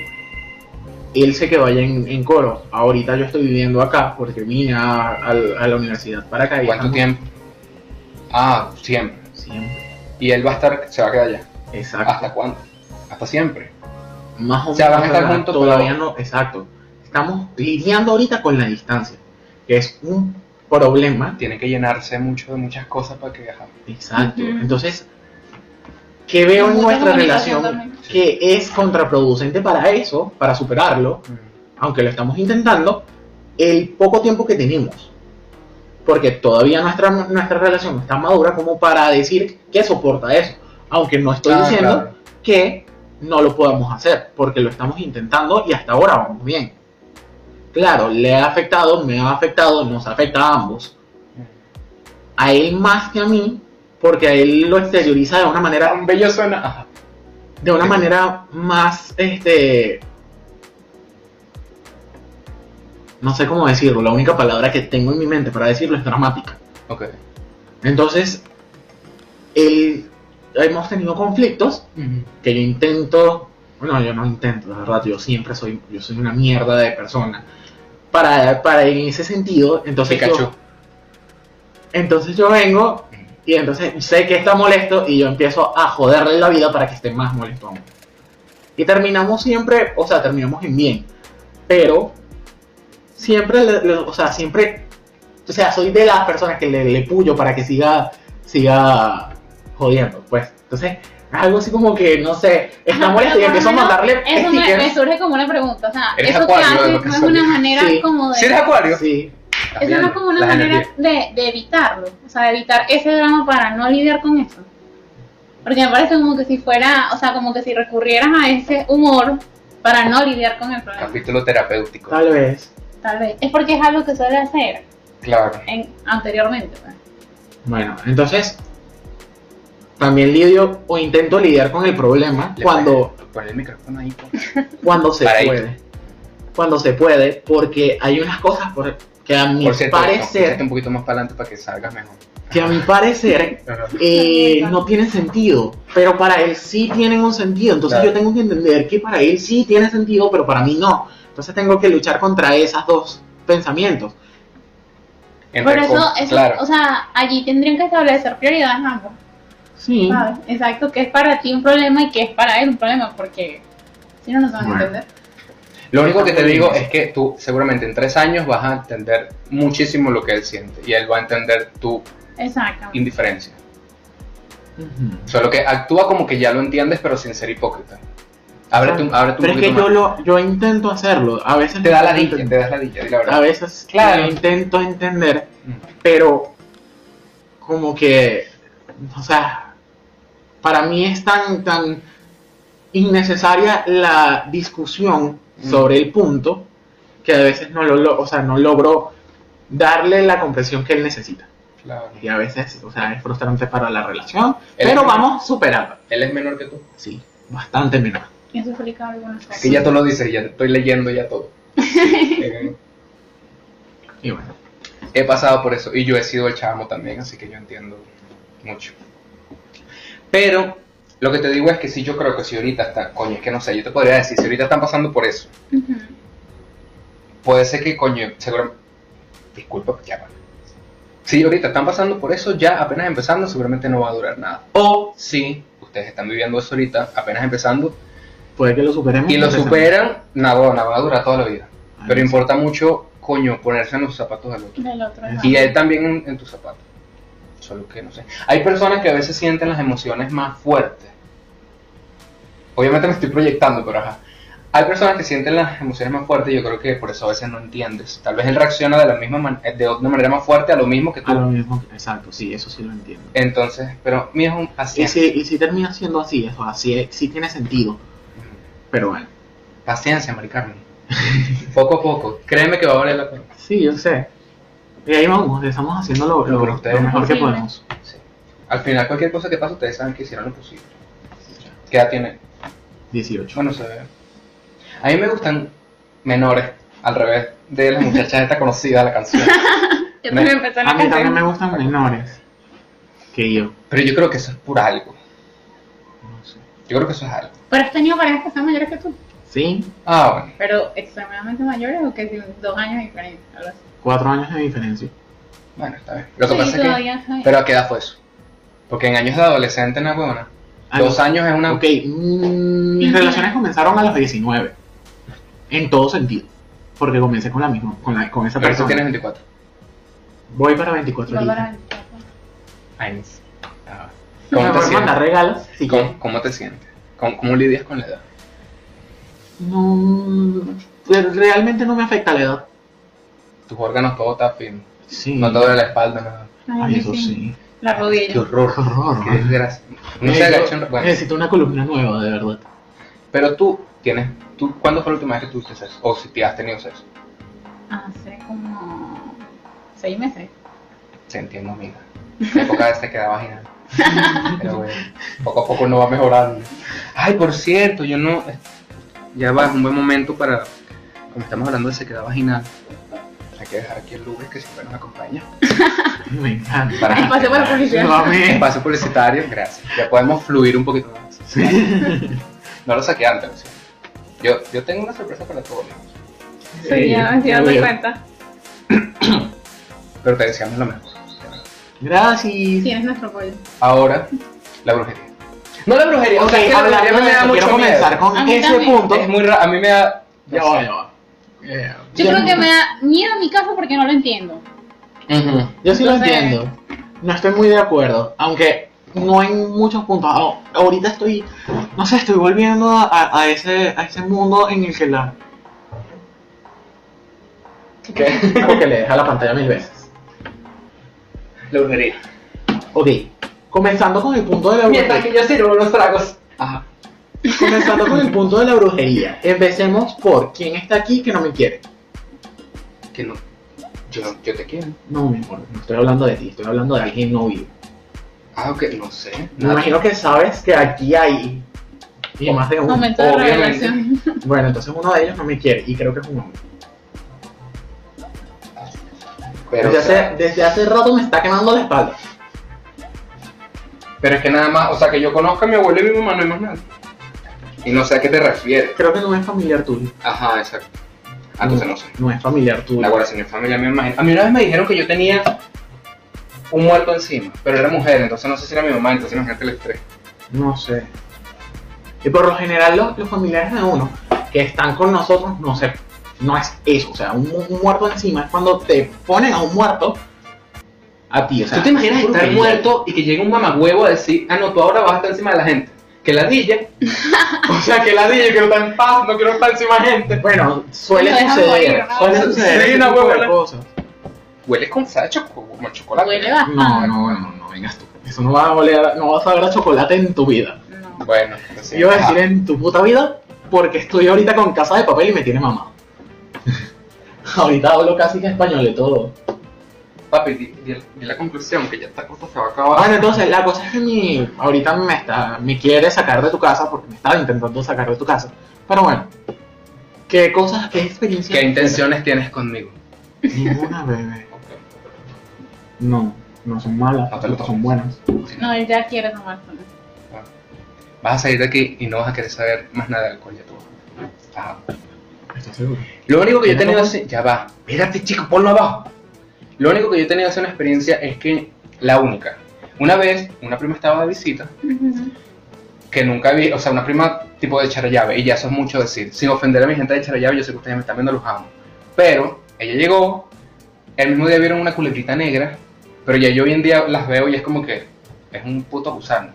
[SPEAKER 3] Él se quedó allá en, en coro. Ahorita yo estoy viviendo acá porque vine a, a la a la universidad para acá. y
[SPEAKER 1] ¿Cuánto
[SPEAKER 3] estamos-
[SPEAKER 1] tiempo? Ah, siempre.
[SPEAKER 3] Siempre.
[SPEAKER 1] Y él va a estar, se va a quedar allá.
[SPEAKER 3] Exacto.
[SPEAKER 1] ¿Hasta cuándo? Hasta siempre.
[SPEAKER 3] Más o menos.
[SPEAKER 1] Ah, sea, van a estar
[SPEAKER 3] ¿verdad?
[SPEAKER 1] juntos,
[SPEAKER 3] Todavía
[SPEAKER 1] pero-
[SPEAKER 3] no. Exacto. Estamos lidiando ahorita con la distancia. Que es un problema
[SPEAKER 1] Tiene que llenarse mucho de muchas cosas para que viajar.
[SPEAKER 3] Exacto.
[SPEAKER 2] Ujú.
[SPEAKER 3] Entonces, ¿qué veo en
[SPEAKER 2] Mucha
[SPEAKER 3] nuestra
[SPEAKER 2] comunicación
[SPEAKER 3] relación
[SPEAKER 2] también.
[SPEAKER 3] que es contraproducente para eso, para superarlo, aunque lo estamos intentando, el poco tiempo que tenemos? Porque todavía nuestra, nuestra relación no está madura como para decir que soporta eso. Aunque no estoy
[SPEAKER 1] Ah,
[SPEAKER 3] diciendo
[SPEAKER 1] claro.
[SPEAKER 3] que no lo podamos hacer, porque lo estamos intentando y hasta ahora vamos bien. Claro, le ha afectado, me ha afectado, nos afecta a ambos. A él más que a mí, porque a él lo exterioriza de una manera
[SPEAKER 1] Tan bello suena. Ajá.
[SPEAKER 3] de una manera más, este... No sé cómo decirlo, la única palabra que tengo en mi mente para decirlo es dramática.
[SPEAKER 1] Ok.
[SPEAKER 3] Entonces, el- hemos tenido conflictos que yo intento, bueno, yo no intento, la verdad, yo siempre soy, yo soy una mierda de persona. Para, para en ese sentido, entonces
[SPEAKER 1] Pikachu.
[SPEAKER 3] yo, entonces yo vengo y entonces sé que está molesto y yo empiezo a joderle la vida para que esté más molesto aún. Y terminamos siempre, o sea, terminamos en bien, pero siempre, le- le- o sea, siempre, o sea, soy de las personas que le, le puyo para que siga, siga jodiendo, pues. Entonces, algo así como que, no sé, está
[SPEAKER 2] Ajá,
[SPEAKER 3] molesto y
[SPEAKER 2] pero por
[SPEAKER 3] empiezo a
[SPEAKER 2] lo menos
[SPEAKER 3] mandarle
[SPEAKER 2] Eso me, me
[SPEAKER 3] stickers.
[SPEAKER 2] surge como una pregunta, o sea,
[SPEAKER 1] Eres
[SPEAKER 2] eso que
[SPEAKER 1] acuario, de lo
[SPEAKER 2] haces
[SPEAKER 1] que
[SPEAKER 2] no es
[SPEAKER 1] sabía.
[SPEAKER 2] una manera
[SPEAKER 3] Sí.
[SPEAKER 2] como de...
[SPEAKER 1] Si eres acuario.
[SPEAKER 3] Sí,
[SPEAKER 2] Eso no es como una
[SPEAKER 1] Las
[SPEAKER 2] manera
[SPEAKER 1] energías.
[SPEAKER 2] de, de evitarlo, o sea, de evitar ese drama para no lidiar con eso. Porque me parece como que si fuera, o sea, como que si recurrieras a ese humor para no lidiar con el problema,
[SPEAKER 1] Capítulo terapéutico.
[SPEAKER 3] tal vez.
[SPEAKER 2] tal vez. Es porque es algo que suele hacer
[SPEAKER 1] Claro.
[SPEAKER 2] en, anteriormente. pues.
[SPEAKER 3] Bueno, entonces, también lidio o intento lidiar con el problema
[SPEAKER 1] Le
[SPEAKER 3] cuando
[SPEAKER 1] pone- Pon el micrófono ahí. pues. por-
[SPEAKER 3] cuando se
[SPEAKER 1] Para ahí.
[SPEAKER 3] puede. Cuando se puede, porque hay unas cosas por- que a mi
[SPEAKER 1] Por cierto,
[SPEAKER 3] parecer,
[SPEAKER 1] acércate un poquito más para adelante para que salgas mejor.
[SPEAKER 3] que a mi parecer
[SPEAKER 1] Ajá.
[SPEAKER 3] eh,
[SPEAKER 2] Ajá.
[SPEAKER 3] no tienen sentido, pero para él sí tienen un sentido. Entonces
[SPEAKER 1] Claro.
[SPEAKER 3] yo tengo que entender que para él sí tiene sentido, pero para mí no. Entonces tengo que luchar contra esos dos pensamientos.
[SPEAKER 1] Entre
[SPEAKER 2] Por eso,
[SPEAKER 1] com-
[SPEAKER 2] eso
[SPEAKER 1] claro.
[SPEAKER 2] o sea, allí tendrían que establecer prioridades ambos.
[SPEAKER 3] Sí.
[SPEAKER 2] ¿sabes? Exacto, que es para ti un problema y que es para él un problema, porque si no, no se van a
[SPEAKER 3] Bueno.
[SPEAKER 2] entender.
[SPEAKER 1] Lo único que te digo es que tú seguramente en tres años vas a entender muchísimo lo que él siente y él va a entender tu
[SPEAKER 2] Exacto.
[SPEAKER 1] indiferencia.
[SPEAKER 3] Ujú.
[SPEAKER 1] Solo que actúa como que ya lo entiendes, pero sin ser hipócrita. Ábrete un, ábrete un
[SPEAKER 3] Ah, pero es que
[SPEAKER 1] poquito
[SPEAKER 3] yo
[SPEAKER 1] más.
[SPEAKER 3] lo, yo intento hacerlo. A veces
[SPEAKER 1] Te da la
[SPEAKER 3] intento-
[SPEAKER 1] dicha, te das la dicha, di la verdad.
[SPEAKER 3] A veces
[SPEAKER 1] Claro.
[SPEAKER 3] lo intento entender,
[SPEAKER 1] Mm.
[SPEAKER 3] pero como que, o sea, para mí es tan, tan innecesaria la discusión
[SPEAKER 1] Mm.
[SPEAKER 3] sobre el punto que a veces no lo, lo- o sea, no logro darle la comprensión que él necesita.
[SPEAKER 1] Claro.
[SPEAKER 3] Y a veces, o sea, es frustrante para la relación,
[SPEAKER 1] El-
[SPEAKER 3] pero vamos superando.
[SPEAKER 1] Él es menor que tú.
[SPEAKER 3] Sí, bastante menor.
[SPEAKER 2] Y eso explica algunas cosas.
[SPEAKER 1] Que ya tú lo dices, ya estoy leyendo ya todo. Eh,
[SPEAKER 3] Y bueno,
[SPEAKER 1] he pasado por eso y yo he sido el chamo también, así que yo entiendo mucho. Pero lo que te digo es que sí, yo creo que si ahorita está, coño, es que no sé, yo te podría decir, si ahorita están pasando por eso,
[SPEAKER 2] Ujú.
[SPEAKER 1] puede ser que, coño, seguramente, disculpa, ya va. Si ahorita están pasando por eso, ya apenas empezando, seguramente no va a durar nada. O si ustedes están viviendo eso ahorita, apenas empezando,
[SPEAKER 3] puede que lo superemos.
[SPEAKER 1] y lo
[SPEAKER 3] empezamos.
[SPEAKER 1] superan, nada, nada, va a durar toda la vida.
[SPEAKER 3] Ay,
[SPEAKER 1] Pero
[SPEAKER 3] Ah, sí.
[SPEAKER 1] importa mucho, coño, ponerse en los zapatos del otro.
[SPEAKER 2] Del otro lado.
[SPEAKER 1] Y él también en, en tus zapatos. Solo que no sé. Hay personas que a veces sienten las emociones más fuertes. Obviamente me estoy proyectando, pero ajá. Hay personas que sienten las emociones más fuertes y yo creo que por eso a veces no entiendes. Tal vez él reacciona de la misma man- de una manera más fuerte a lo mismo que tú.
[SPEAKER 3] A lo mismo, exacto, sí, eso sí lo entiendo.
[SPEAKER 1] Entonces, pero mi es un
[SPEAKER 3] Y
[SPEAKER 1] paciencia.
[SPEAKER 3] si, y si termina siendo así, eso así sí tiene sentido. Pero bueno,
[SPEAKER 1] Paciencia, Mari Carmen. poco a poco. Créeme que va a valer la pena.
[SPEAKER 3] sí, yo sé. Y ahí vamos, estamos haciendo lo, lo-
[SPEAKER 1] Pero
[SPEAKER 3] lo
[SPEAKER 1] ustedes-
[SPEAKER 3] mejor que
[SPEAKER 2] Posible.
[SPEAKER 3] podemos.
[SPEAKER 1] Sí. Al final cualquier cosa que pase, ustedes saben que hicieron lo posible. ¿Qué edad tiene?
[SPEAKER 3] 18.
[SPEAKER 1] Bueno, se ve. A mí me gustan menores, al revés de las muchachas esta conocida de la canción.
[SPEAKER 2] Yo también empecé en
[SPEAKER 3] A
[SPEAKER 2] la
[SPEAKER 3] mí también
[SPEAKER 2] canción.
[SPEAKER 3] me gustan menores que yo.
[SPEAKER 1] Pero yo creo que eso es por algo.
[SPEAKER 3] No sé.
[SPEAKER 1] Yo creo que eso es algo.
[SPEAKER 2] Pero has tenido parejas que son mayores que tú.
[SPEAKER 3] Sí,
[SPEAKER 1] Ah, bueno.
[SPEAKER 2] Pero extremadamente mayores o que tienen dos años de diferencia. algo así.
[SPEAKER 3] cuatro años de diferencia.
[SPEAKER 1] Bueno, está bien. Lo que
[SPEAKER 2] Sí,
[SPEAKER 1] pasa es que...
[SPEAKER 2] todavía soy-
[SPEAKER 1] Pero ¿a qué edad fue eso? Porque en años de adolescente, una huevona.
[SPEAKER 3] Ah,
[SPEAKER 1] Dos
[SPEAKER 3] no.
[SPEAKER 1] años es una...
[SPEAKER 3] Ok, mm, mis
[SPEAKER 2] Ujú.
[SPEAKER 3] relaciones comenzaron a los 19. En todo sentido. Porque comencé con la misma, con, la- con esa
[SPEAKER 1] Pero tú
[SPEAKER 3] persona.
[SPEAKER 1] tienes 24.
[SPEAKER 3] Voy para 24
[SPEAKER 2] No, para
[SPEAKER 3] días.
[SPEAKER 2] mí, tampoco.
[SPEAKER 1] Años. Ah.
[SPEAKER 3] Me
[SPEAKER 1] ¿Cómo te
[SPEAKER 3] voy a mandar
[SPEAKER 1] sientes?
[SPEAKER 3] regalos. si
[SPEAKER 1] ¿Cómo, cómo te sientes? ¿Cómo, cómo lidias con la edad?
[SPEAKER 3] No, re- realmente no me afecta la edad.
[SPEAKER 1] Tus órganos, todo está fino.
[SPEAKER 3] Sí.
[SPEAKER 1] No te duele la espalda, nada.
[SPEAKER 2] Ay,
[SPEAKER 3] Ay, eso
[SPEAKER 2] sí.
[SPEAKER 3] sí.
[SPEAKER 2] La rodilla.
[SPEAKER 1] Qué horror.
[SPEAKER 3] Qué horror. Eh,
[SPEAKER 1] Qué desgracia. No se
[SPEAKER 3] Necesito,
[SPEAKER 1] agachó... Bueno.
[SPEAKER 3] necesito una columna nueva, de verdad.
[SPEAKER 1] Pero tú tienes, tú, ¿cuándo fue la última vez que tuviste sexo? O si te has tenido sexo.
[SPEAKER 2] Hace como seis meses.
[SPEAKER 1] Te entiendo, amiga. La época de se queda vaginal. Pero bueno, poco a poco no va mejorando. Ay, por cierto, yo no. Ya va, es un buen momento para. Como estamos hablando de sequedad vaginal, hay que dejar aquí el Uber que siempre nos acompaña.
[SPEAKER 3] Me encanta.
[SPEAKER 1] Para
[SPEAKER 2] Ahí pasé por la publicidad.
[SPEAKER 1] el
[SPEAKER 3] Nuevamente.
[SPEAKER 1] paso publicitario, gracias. Ya podemos fluir un poquito más. No lo saqué antes, lo siento. Yo, yo tengo una sorpresa para todos,
[SPEAKER 2] Sí, ya me estoy dando
[SPEAKER 3] obvio.
[SPEAKER 2] cuenta.
[SPEAKER 1] pero te deseamos lo mejor.
[SPEAKER 3] Gracias.
[SPEAKER 2] Tienes nuestro apoyo.
[SPEAKER 1] Ahora, la brujería. No la brujería,
[SPEAKER 3] Ok,
[SPEAKER 1] o sea, es que la
[SPEAKER 3] hablando
[SPEAKER 1] brujería
[SPEAKER 3] de
[SPEAKER 1] me
[SPEAKER 3] eso,
[SPEAKER 1] da mucho
[SPEAKER 3] quiero
[SPEAKER 1] miedo.
[SPEAKER 3] comenzar con
[SPEAKER 2] A mí
[SPEAKER 3] ese
[SPEAKER 2] también.
[SPEAKER 3] punto.
[SPEAKER 1] Es muy raro, a mí me da... no
[SPEAKER 3] Ya
[SPEAKER 1] sé.
[SPEAKER 3] va, ya va. Eh,
[SPEAKER 2] Yo creo que me da miedo mi caso porque no lo entiendo.
[SPEAKER 1] Ujú.
[SPEAKER 3] Yo sí lo
[SPEAKER 2] Entonces-
[SPEAKER 3] entiendo. No estoy muy de acuerdo. Aunque no en muchos puntos. Ah, Ahorita estoy, no sé, estoy volviendo a, a ese, a ese mundo en el que la...
[SPEAKER 1] ¿Qué?
[SPEAKER 3] Porque le deja la pantalla mil veces.
[SPEAKER 1] La brujería.
[SPEAKER 3] Ok, comenzando con el punto de la
[SPEAKER 1] Mientras que yo
[SPEAKER 3] brujería.
[SPEAKER 1] sirvo unos tragos.
[SPEAKER 3] Ajá. Comenzando con el punto de la brujería. Empecemos por quién está aquí que no me quiere.
[SPEAKER 1] Que no. Yo, yo te quiero.
[SPEAKER 3] No, mi amor, no estoy hablando de ti, estoy hablando de alguien no vivo.
[SPEAKER 1] Ah, ok, no sé.
[SPEAKER 3] Me
[SPEAKER 1] Nada.
[SPEAKER 3] imagino que sabes que aquí hay y más de uno.
[SPEAKER 2] Momento de
[SPEAKER 1] Oh, obviamente.
[SPEAKER 2] revelación.
[SPEAKER 3] Bueno, entonces uno de ellos no me quiere y creo que es un hombre.
[SPEAKER 1] Pero,
[SPEAKER 3] desde,
[SPEAKER 1] o sea,
[SPEAKER 3] hace, desde hace rato me está quemando la espalda.
[SPEAKER 1] pero es que nada más, o sea, que yo conozca a mi abuelo y mi mamá, no hay más nada. Y no sé a qué te refieres.
[SPEAKER 3] Creo que no es familiar tuyo.
[SPEAKER 1] Ajá, exacto. Ah, entonces no sé.
[SPEAKER 3] No es familiar tuyo.
[SPEAKER 1] La guardia mi familia me imagino. A mí una vez me dijeron que yo tenía un muerto encima, pero era mujer, entonces no sé si era mi mamá, entonces imagínate el estrés.
[SPEAKER 3] No sé. Y por lo general los, los familiares de uno que están con nosotros, no sé, no es eso. O sea, un, mu- un muerto encima es cuando te ponen a un muerto a ti. O sea,
[SPEAKER 1] ¿Tú te imaginas
[SPEAKER 3] es
[SPEAKER 1] estar
[SPEAKER 3] brujería.
[SPEAKER 1] muerto y que llegue un mamagüevo a decir, ah, no, tú ahora vas a estar encima de la gente? Que la dije. o sea, que la dije, quiero estar en paz, no quiero estar encima de gente.
[SPEAKER 3] Bueno, suele
[SPEAKER 2] Lo dejan
[SPEAKER 3] suceder.
[SPEAKER 2] morir, ¿no?
[SPEAKER 3] Suele suceder.
[SPEAKER 1] Sí,
[SPEAKER 3] ese
[SPEAKER 1] una
[SPEAKER 3] tipo de
[SPEAKER 1] huevona.
[SPEAKER 3] cosas.
[SPEAKER 1] Huele con sal de choco- como a chocolate.
[SPEAKER 2] Huele bastante.
[SPEAKER 3] No, no, no, no vengas tú. Eso no va a oler, a- no vas a ver a chocolate en tu vida.
[SPEAKER 2] No.
[SPEAKER 1] Bueno, Ah, entonces,
[SPEAKER 3] Yo iba a
[SPEAKER 1] ajá.
[SPEAKER 3] decir en tu puta vida porque estoy ahorita con casa de papel y me tiene mamá. ahorita hablo casi que español de todo.
[SPEAKER 1] Papi, di, di- di la conclusión, que ya esta cosa se va a acabar.
[SPEAKER 2] Ah,
[SPEAKER 3] Bueno, entonces la cosa es que mi, ahorita me está, me quiere sacar de tu casa porque me estaba intentando sacar de tu casa. Pero bueno, ¿qué cosas, qué experiencias?
[SPEAKER 1] ¿Qué intenciones tienes conmigo?
[SPEAKER 3] Ninguna, bebé. No, no son malas,
[SPEAKER 1] No te lo tomes.
[SPEAKER 3] son buenas.
[SPEAKER 2] No, él ya quiere tomar solo.
[SPEAKER 1] Vas a salir de aquí y no vas a querer saber más nada del alcohol ya tú. Ah, Ajá.
[SPEAKER 3] ¿Estás seguro?
[SPEAKER 1] Lo único que yo he tenido
[SPEAKER 3] ¿Cómo?
[SPEAKER 1] hace... Ya va. Espérate, chico, ponlo abajo. Lo único que yo he tenido hace una experiencia es que... La única. Una vez, una prima estaba de visita, que nunca vi... O sea, una prima tipo de charallave, y ya eso es mucho decir. Sin ofender a mi gente de charallave, yo sé que ustedes me están viendo, los amo. Pero, ella llegó, el mismo día vieron una culebrita negra, pero ya yo hoy en día las veo y es como que... Es un puto gusano.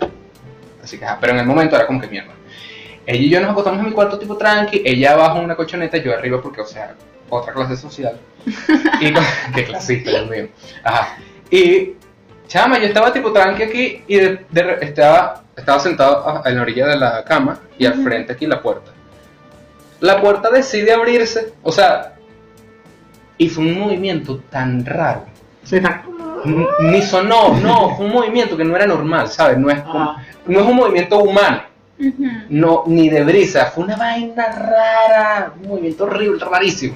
[SPEAKER 1] Así que, ajá, pero en el momento era como que mierda. Ella y yo nos acostamos en mi cuarto tipo tranqui, ella abajo en una colchoneta, yo arriba porque, o sea, otra clase social. Y cu- qué clasista, Dios mío. Ajá. Y, chama, yo estaba tipo tranqui aquí y de- de re- estaba, estaba sentado a- en la orilla de la cama y al frente aquí la puerta. La puerta decide abrirse, o sea, hizo un movimiento tan raro.
[SPEAKER 3] Sí, está.
[SPEAKER 1] N- Ni sonó, no, fue un movimiento que no era normal, ¿sabes? No es, como-
[SPEAKER 3] Ah,
[SPEAKER 1] no es un movimiento humano.
[SPEAKER 2] Ujú.
[SPEAKER 1] No, ni de brisa, fue una vaina rara, un movimiento horrible, rarísimo.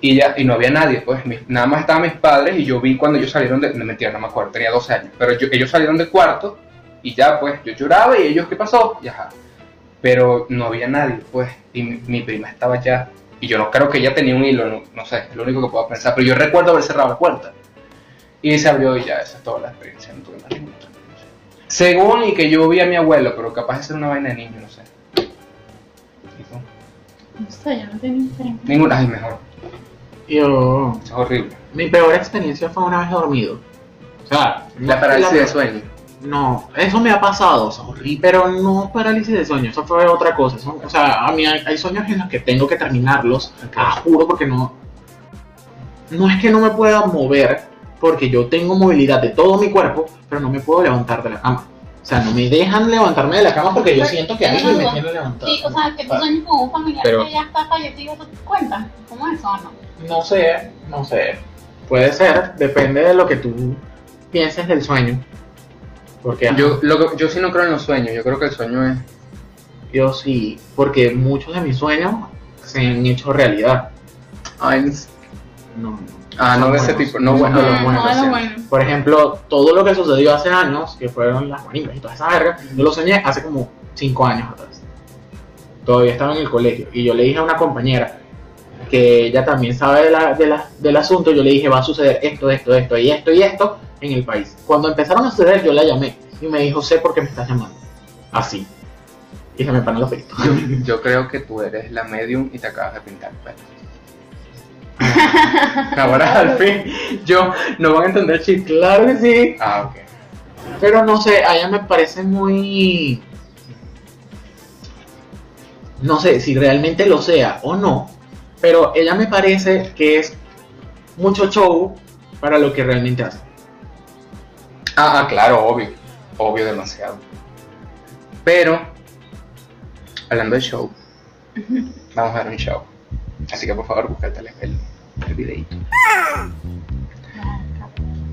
[SPEAKER 1] Y ya, y no había nadie, pues, mis- nada más estaban mis padres y yo vi cuando ellos salieron de, no mentira, no me acuerdo, tenía 12 años, pero yo- ellos salieron del cuarto y ya, pues, yo lloraba y ellos, ¿qué pasó? Y ajá, pero no había nadie, pues, y mi, mi prima estaba allá y yo no creo que ella tenía un hilo, no, no sé, es lo único que puedo pensar, pero yo recuerdo haber cerrado la puerta y se abrió y ya, esa es toda la experiencia, no tuve más ninguna. Según y que yo vi a mi abuelo, pero capaz de ser una vaina de niño, no sé. ¿Y tú?
[SPEAKER 2] No sé, yo no tengo experiencia.
[SPEAKER 1] Ninguna, ay, mejor.
[SPEAKER 3] Yo.
[SPEAKER 1] Eso es horrible.
[SPEAKER 3] Mi peor experiencia fue una vez dormido. O sea,
[SPEAKER 1] La
[SPEAKER 3] no-
[SPEAKER 1] parálisis
[SPEAKER 3] la-
[SPEAKER 1] de sueño.
[SPEAKER 3] No, eso me ha pasado, eso es horrible. Pero no parálisis de sueño, eso fue otra cosa. eso- o sea, a mí hay, hay sueños en los que tengo que terminarlos,
[SPEAKER 1] Ok.
[SPEAKER 3] ah, juro, porque no. No es que no me pueda mover, porque yo tengo movilidad de todo mi cuerpo, pero no me puedo levantar de la cama. O sea, no me dejan levantarme de la cama porque yo
[SPEAKER 2] Pues,
[SPEAKER 3] siento que
[SPEAKER 2] yo
[SPEAKER 3] alguien me
[SPEAKER 2] no
[SPEAKER 3] tiene levantado.
[SPEAKER 2] Sí, o sea, que tú sueñas con un familiar
[SPEAKER 3] Pero-
[SPEAKER 2] que ya está fallecido, ¿tú te cuentas? ¿Cómo es eso o no?
[SPEAKER 3] No sé, no sé. Puede ser, depende de lo que tú pienses del sueño. Porque ajá,
[SPEAKER 1] Yo, lo que- yo sí no creo en los sueños, yo creo que el sueño es...
[SPEAKER 3] yo sí, porque muchos de mis sueños se han hecho realidad.
[SPEAKER 1] Ay,
[SPEAKER 3] No, no.
[SPEAKER 1] ah, no
[SPEAKER 3] Son
[SPEAKER 1] de ese
[SPEAKER 3] buenos.
[SPEAKER 1] tipo, no bueno,
[SPEAKER 3] Son
[SPEAKER 1] de los
[SPEAKER 2] Ah,
[SPEAKER 1] buenos.
[SPEAKER 2] no, de
[SPEAKER 1] sí.
[SPEAKER 2] los buenos.
[SPEAKER 3] Por ejemplo, todo lo que sucedió hace años, que fueron las guanimbas y toda esa verga, yo lo soñé hace como 5 años atrás. Todavía estaba en el colegio. Y yo le dije a una compañera que ella también sabe de la- de la- del asunto, yo le dije, va a suceder esto, esto, esto y esto y esto en el país. Cuando empezaron a suceder, yo la llamé y me dijo, sé por qué me estás llamando. Así. Y se me paró los pelitos.
[SPEAKER 1] Yo, yo creo que tú eres la medium y te acabas de pintar el pelo. Ahora al fin, yo no van a entender chiste.
[SPEAKER 3] Claro que sí.
[SPEAKER 1] Ah, ok.
[SPEAKER 3] Pero no sé, a ella me parece muy. No sé si realmente lo sea o no, pero ella me parece que es mucho show para lo que realmente hace.
[SPEAKER 1] Ah, ah, claro, obvio. Obvio demasiado. Pero, hablando de show, vamos a ver un show. Así que por favor, búscate el, el, el videito.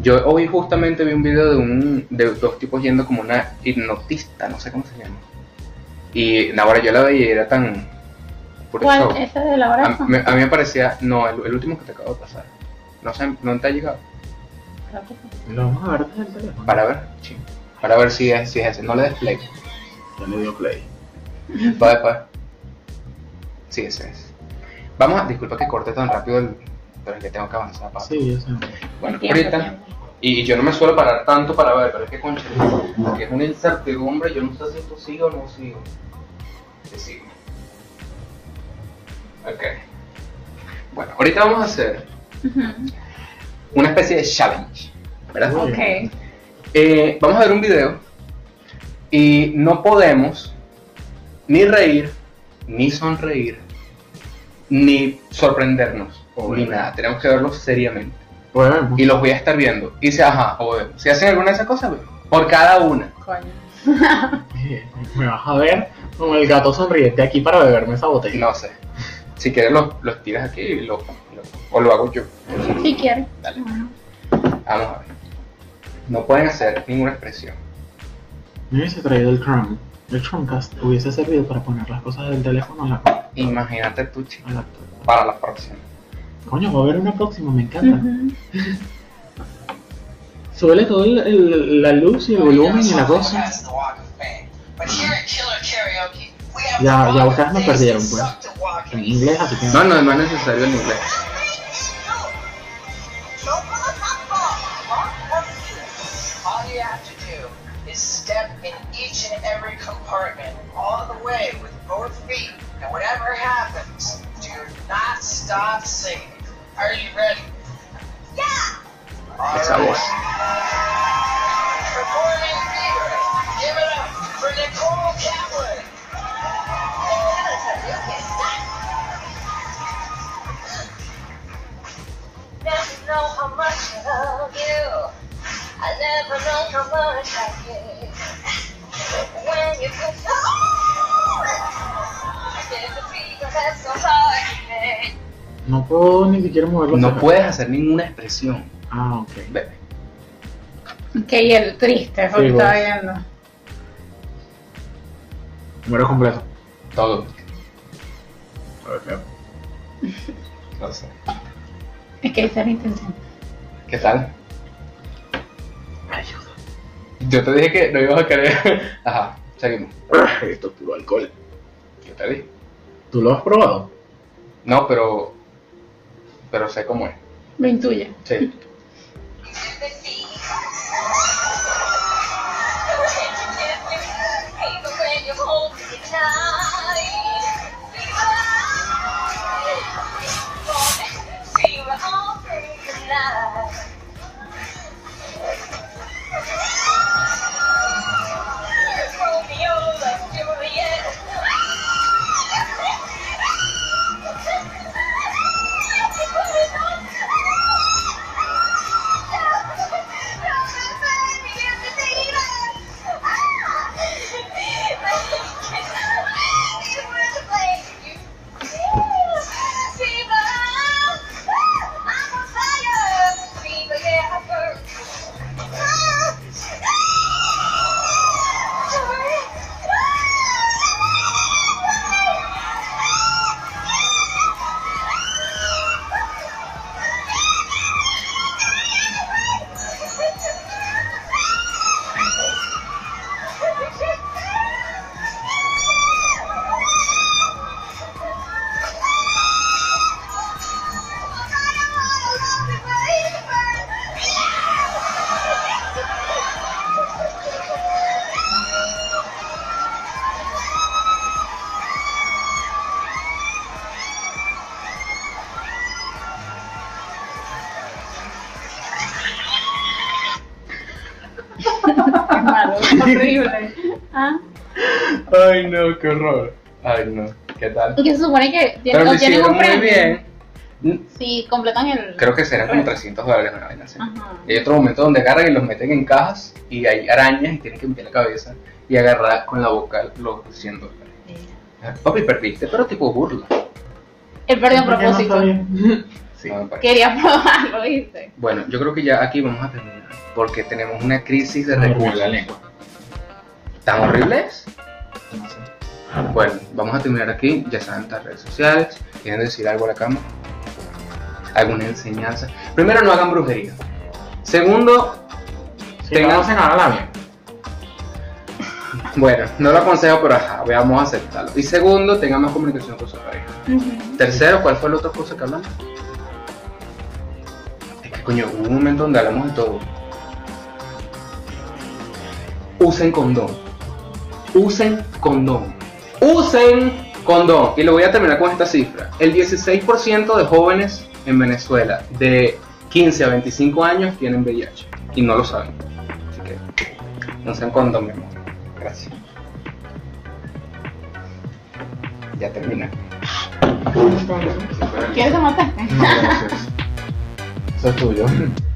[SPEAKER 1] Yo hoy justamente vi un video de un de dos tipos yendo como una hipnotista, no sé cómo se llama. Y ahora yo la veía y era tan puro show.
[SPEAKER 2] ¿Cuál? ¿Ese de la
[SPEAKER 1] A,
[SPEAKER 2] hora?
[SPEAKER 1] me- a mí me parecía, no, el, el último que te acabo de pasar. No sé, no te ha llegado.
[SPEAKER 2] Creo que sí.
[SPEAKER 3] Lo vamos a ver desde el teléfono.
[SPEAKER 1] Para ver, sí. Para ver si es, si es ese. No le des play.
[SPEAKER 3] Yo le dio play.
[SPEAKER 1] Va después. Sí, ese es. Vamos a. Disculpa que corte tan rápido el. Pero es que tengo que avanzar, papá.
[SPEAKER 3] Sí, yo sé.
[SPEAKER 1] Bueno,
[SPEAKER 2] Tiempo,
[SPEAKER 1] ahorita.
[SPEAKER 2] tiempo.
[SPEAKER 1] Y yo no me suelo parar tanto para ver, pero es que concha, porque es una incertidumbre, yo no sé si esto sigue o no sigo. Que sigo. Ok. Bueno, ahorita vamos a hacer una especie de challenge, ¿verdad?
[SPEAKER 3] Uy.
[SPEAKER 2] Ok.
[SPEAKER 1] Eh, vamos a ver un video y no podemos ni reír, ni sonreír, ni sorprendernos,
[SPEAKER 3] Obvio.
[SPEAKER 1] ni nada. Tenemos que verlo seriamente.
[SPEAKER 3] Bueno,
[SPEAKER 1] Y los voy a estar viendo. Y si, ajá, obvio. Si hacen alguna de esas cosas, bueno, por cada una.
[SPEAKER 2] Coño.
[SPEAKER 3] eh, me vas a ver como el gato sonriente aquí para beberme esa botella.
[SPEAKER 1] No sé. Si quieres, los, los tiras aquí y lo- lo- o lo hago yo.
[SPEAKER 2] Si quieres.
[SPEAKER 1] Dale.
[SPEAKER 2] Bueno.
[SPEAKER 1] Vamos a ver. No pueden hacer ninguna expresión.
[SPEAKER 3] Me hubiese traído el Chrome. El Chromecast hubiese servido para poner las cosas del teléfono a la,
[SPEAKER 1] Imagínate tú, chico,
[SPEAKER 3] a la laptop.
[SPEAKER 1] para la próxima.
[SPEAKER 3] Coño, va a haber una próxima, me encanta.
[SPEAKER 2] Ujú.
[SPEAKER 3] Súbele todo el, el- la luz y el volumen y la cosa. Ya-
[SPEAKER 7] Ya,
[SPEAKER 3] ya
[SPEAKER 7] ya
[SPEAKER 3] ustedes
[SPEAKER 7] ustedes
[SPEAKER 3] me
[SPEAKER 7] me
[SPEAKER 3] perdieron,
[SPEAKER 7] perdieron,
[SPEAKER 3] pues.
[SPEAKER 7] pues.
[SPEAKER 3] En inglés, así que.
[SPEAKER 1] No, no, no es necesario en inglés.
[SPEAKER 7] Step in each and every compartment, all the way with both feet, and whatever happens, do not stop singing. Are you ready? Yeah.
[SPEAKER 1] Esa voz.
[SPEAKER 7] Recording fever. Give it up for Nicole Kaplan. Never know how much I love you. I never know how much I give. When you put the Give the fever that's so hard to make.
[SPEAKER 3] No puedo ni siquiera moverlo.
[SPEAKER 1] No puedes hacer ninguna expresión.
[SPEAKER 3] Ah, ok.
[SPEAKER 1] Bebe.
[SPEAKER 2] Ok, y el triste, porque
[SPEAKER 3] Sí,
[SPEAKER 2] estaba
[SPEAKER 3] vos.
[SPEAKER 2] viendo.
[SPEAKER 3] Número completo.
[SPEAKER 1] Todo.
[SPEAKER 3] A ver, claro.
[SPEAKER 1] No sé.
[SPEAKER 2] Es que esa era la intención.
[SPEAKER 1] ¿Qué tal? Ayuda. Yo te dije que no ibas a querer. Ajá, seguimos.
[SPEAKER 3] Ah, Esto es puro alcohol.
[SPEAKER 1] Yo te dije.
[SPEAKER 3] ¿Tú lo has probado?
[SPEAKER 1] No, pero. Pero sé cómo es.
[SPEAKER 2] Lo intuye.
[SPEAKER 1] Sí.
[SPEAKER 7] Thank you.
[SPEAKER 2] Ah,
[SPEAKER 1] Ay, no, qué horror. Ay, no, ¿qué tal?
[SPEAKER 2] Porque se supone que
[SPEAKER 1] Pero
[SPEAKER 2] tienen,
[SPEAKER 1] lo
[SPEAKER 2] obtienen
[SPEAKER 1] hicieron
[SPEAKER 2] un
[SPEAKER 1] muy
[SPEAKER 2] premio.
[SPEAKER 1] bien.
[SPEAKER 2] Si completan el.
[SPEAKER 1] Creo que serán como 300 dólares una vaina así.
[SPEAKER 2] Ajá.
[SPEAKER 1] Y hay otro momento donde agarran y los meten en cajas y hay arañas y tienen que meter la cabeza y agarrar con la boca los 100 dólares. Ah, Papi, perdiste, pero tipo burla.
[SPEAKER 2] Él perdió a
[SPEAKER 3] propósito.
[SPEAKER 2] propósito.
[SPEAKER 1] Sí, no me parece.
[SPEAKER 2] Quería probarlo, ¿viste?
[SPEAKER 1] Bueno, yo creo que ya aquí vamos a terminar porque tenemos una crisis de recursos.
[SPEAKER 3] la lengua.
[SPEAKER 1] ¿Tan horribles? Bueno, vamos a terminar aquí. Ya saben las redes sociales. ¿Quieren decir algo a la cámara? ¿Alguna enseñanza? Primero, no hagan brujería. Segundo,
[SPEAKER 3] Si no
[SPEAKER 1] Tengan-
[SPEAKER 3] hacen ahora la mía.
[SPEAKER 1] bueno, no lo aconsejo, pero ajá, vamos a aceptarlo. Y segundo, tengan más comunicación con su pareja. Tercero, ¿cuál fue la otra cosa que hablamos? Es que coño, hubo un momento donde hablamos de todo. Usen condón. Usen condón. Usen condón. Y lo voy a terminar con esta cifra. El 16% de jóvenes en Venezuela de 15 a 25 años tienen VIH. Y no lo saben. Así que usen condón, mi amor. Gracias. Ya termina.
[SPEAKER 2] ¿Quieres matarte?
[SPEAKER 3] No, gracias. Eso es tuyo.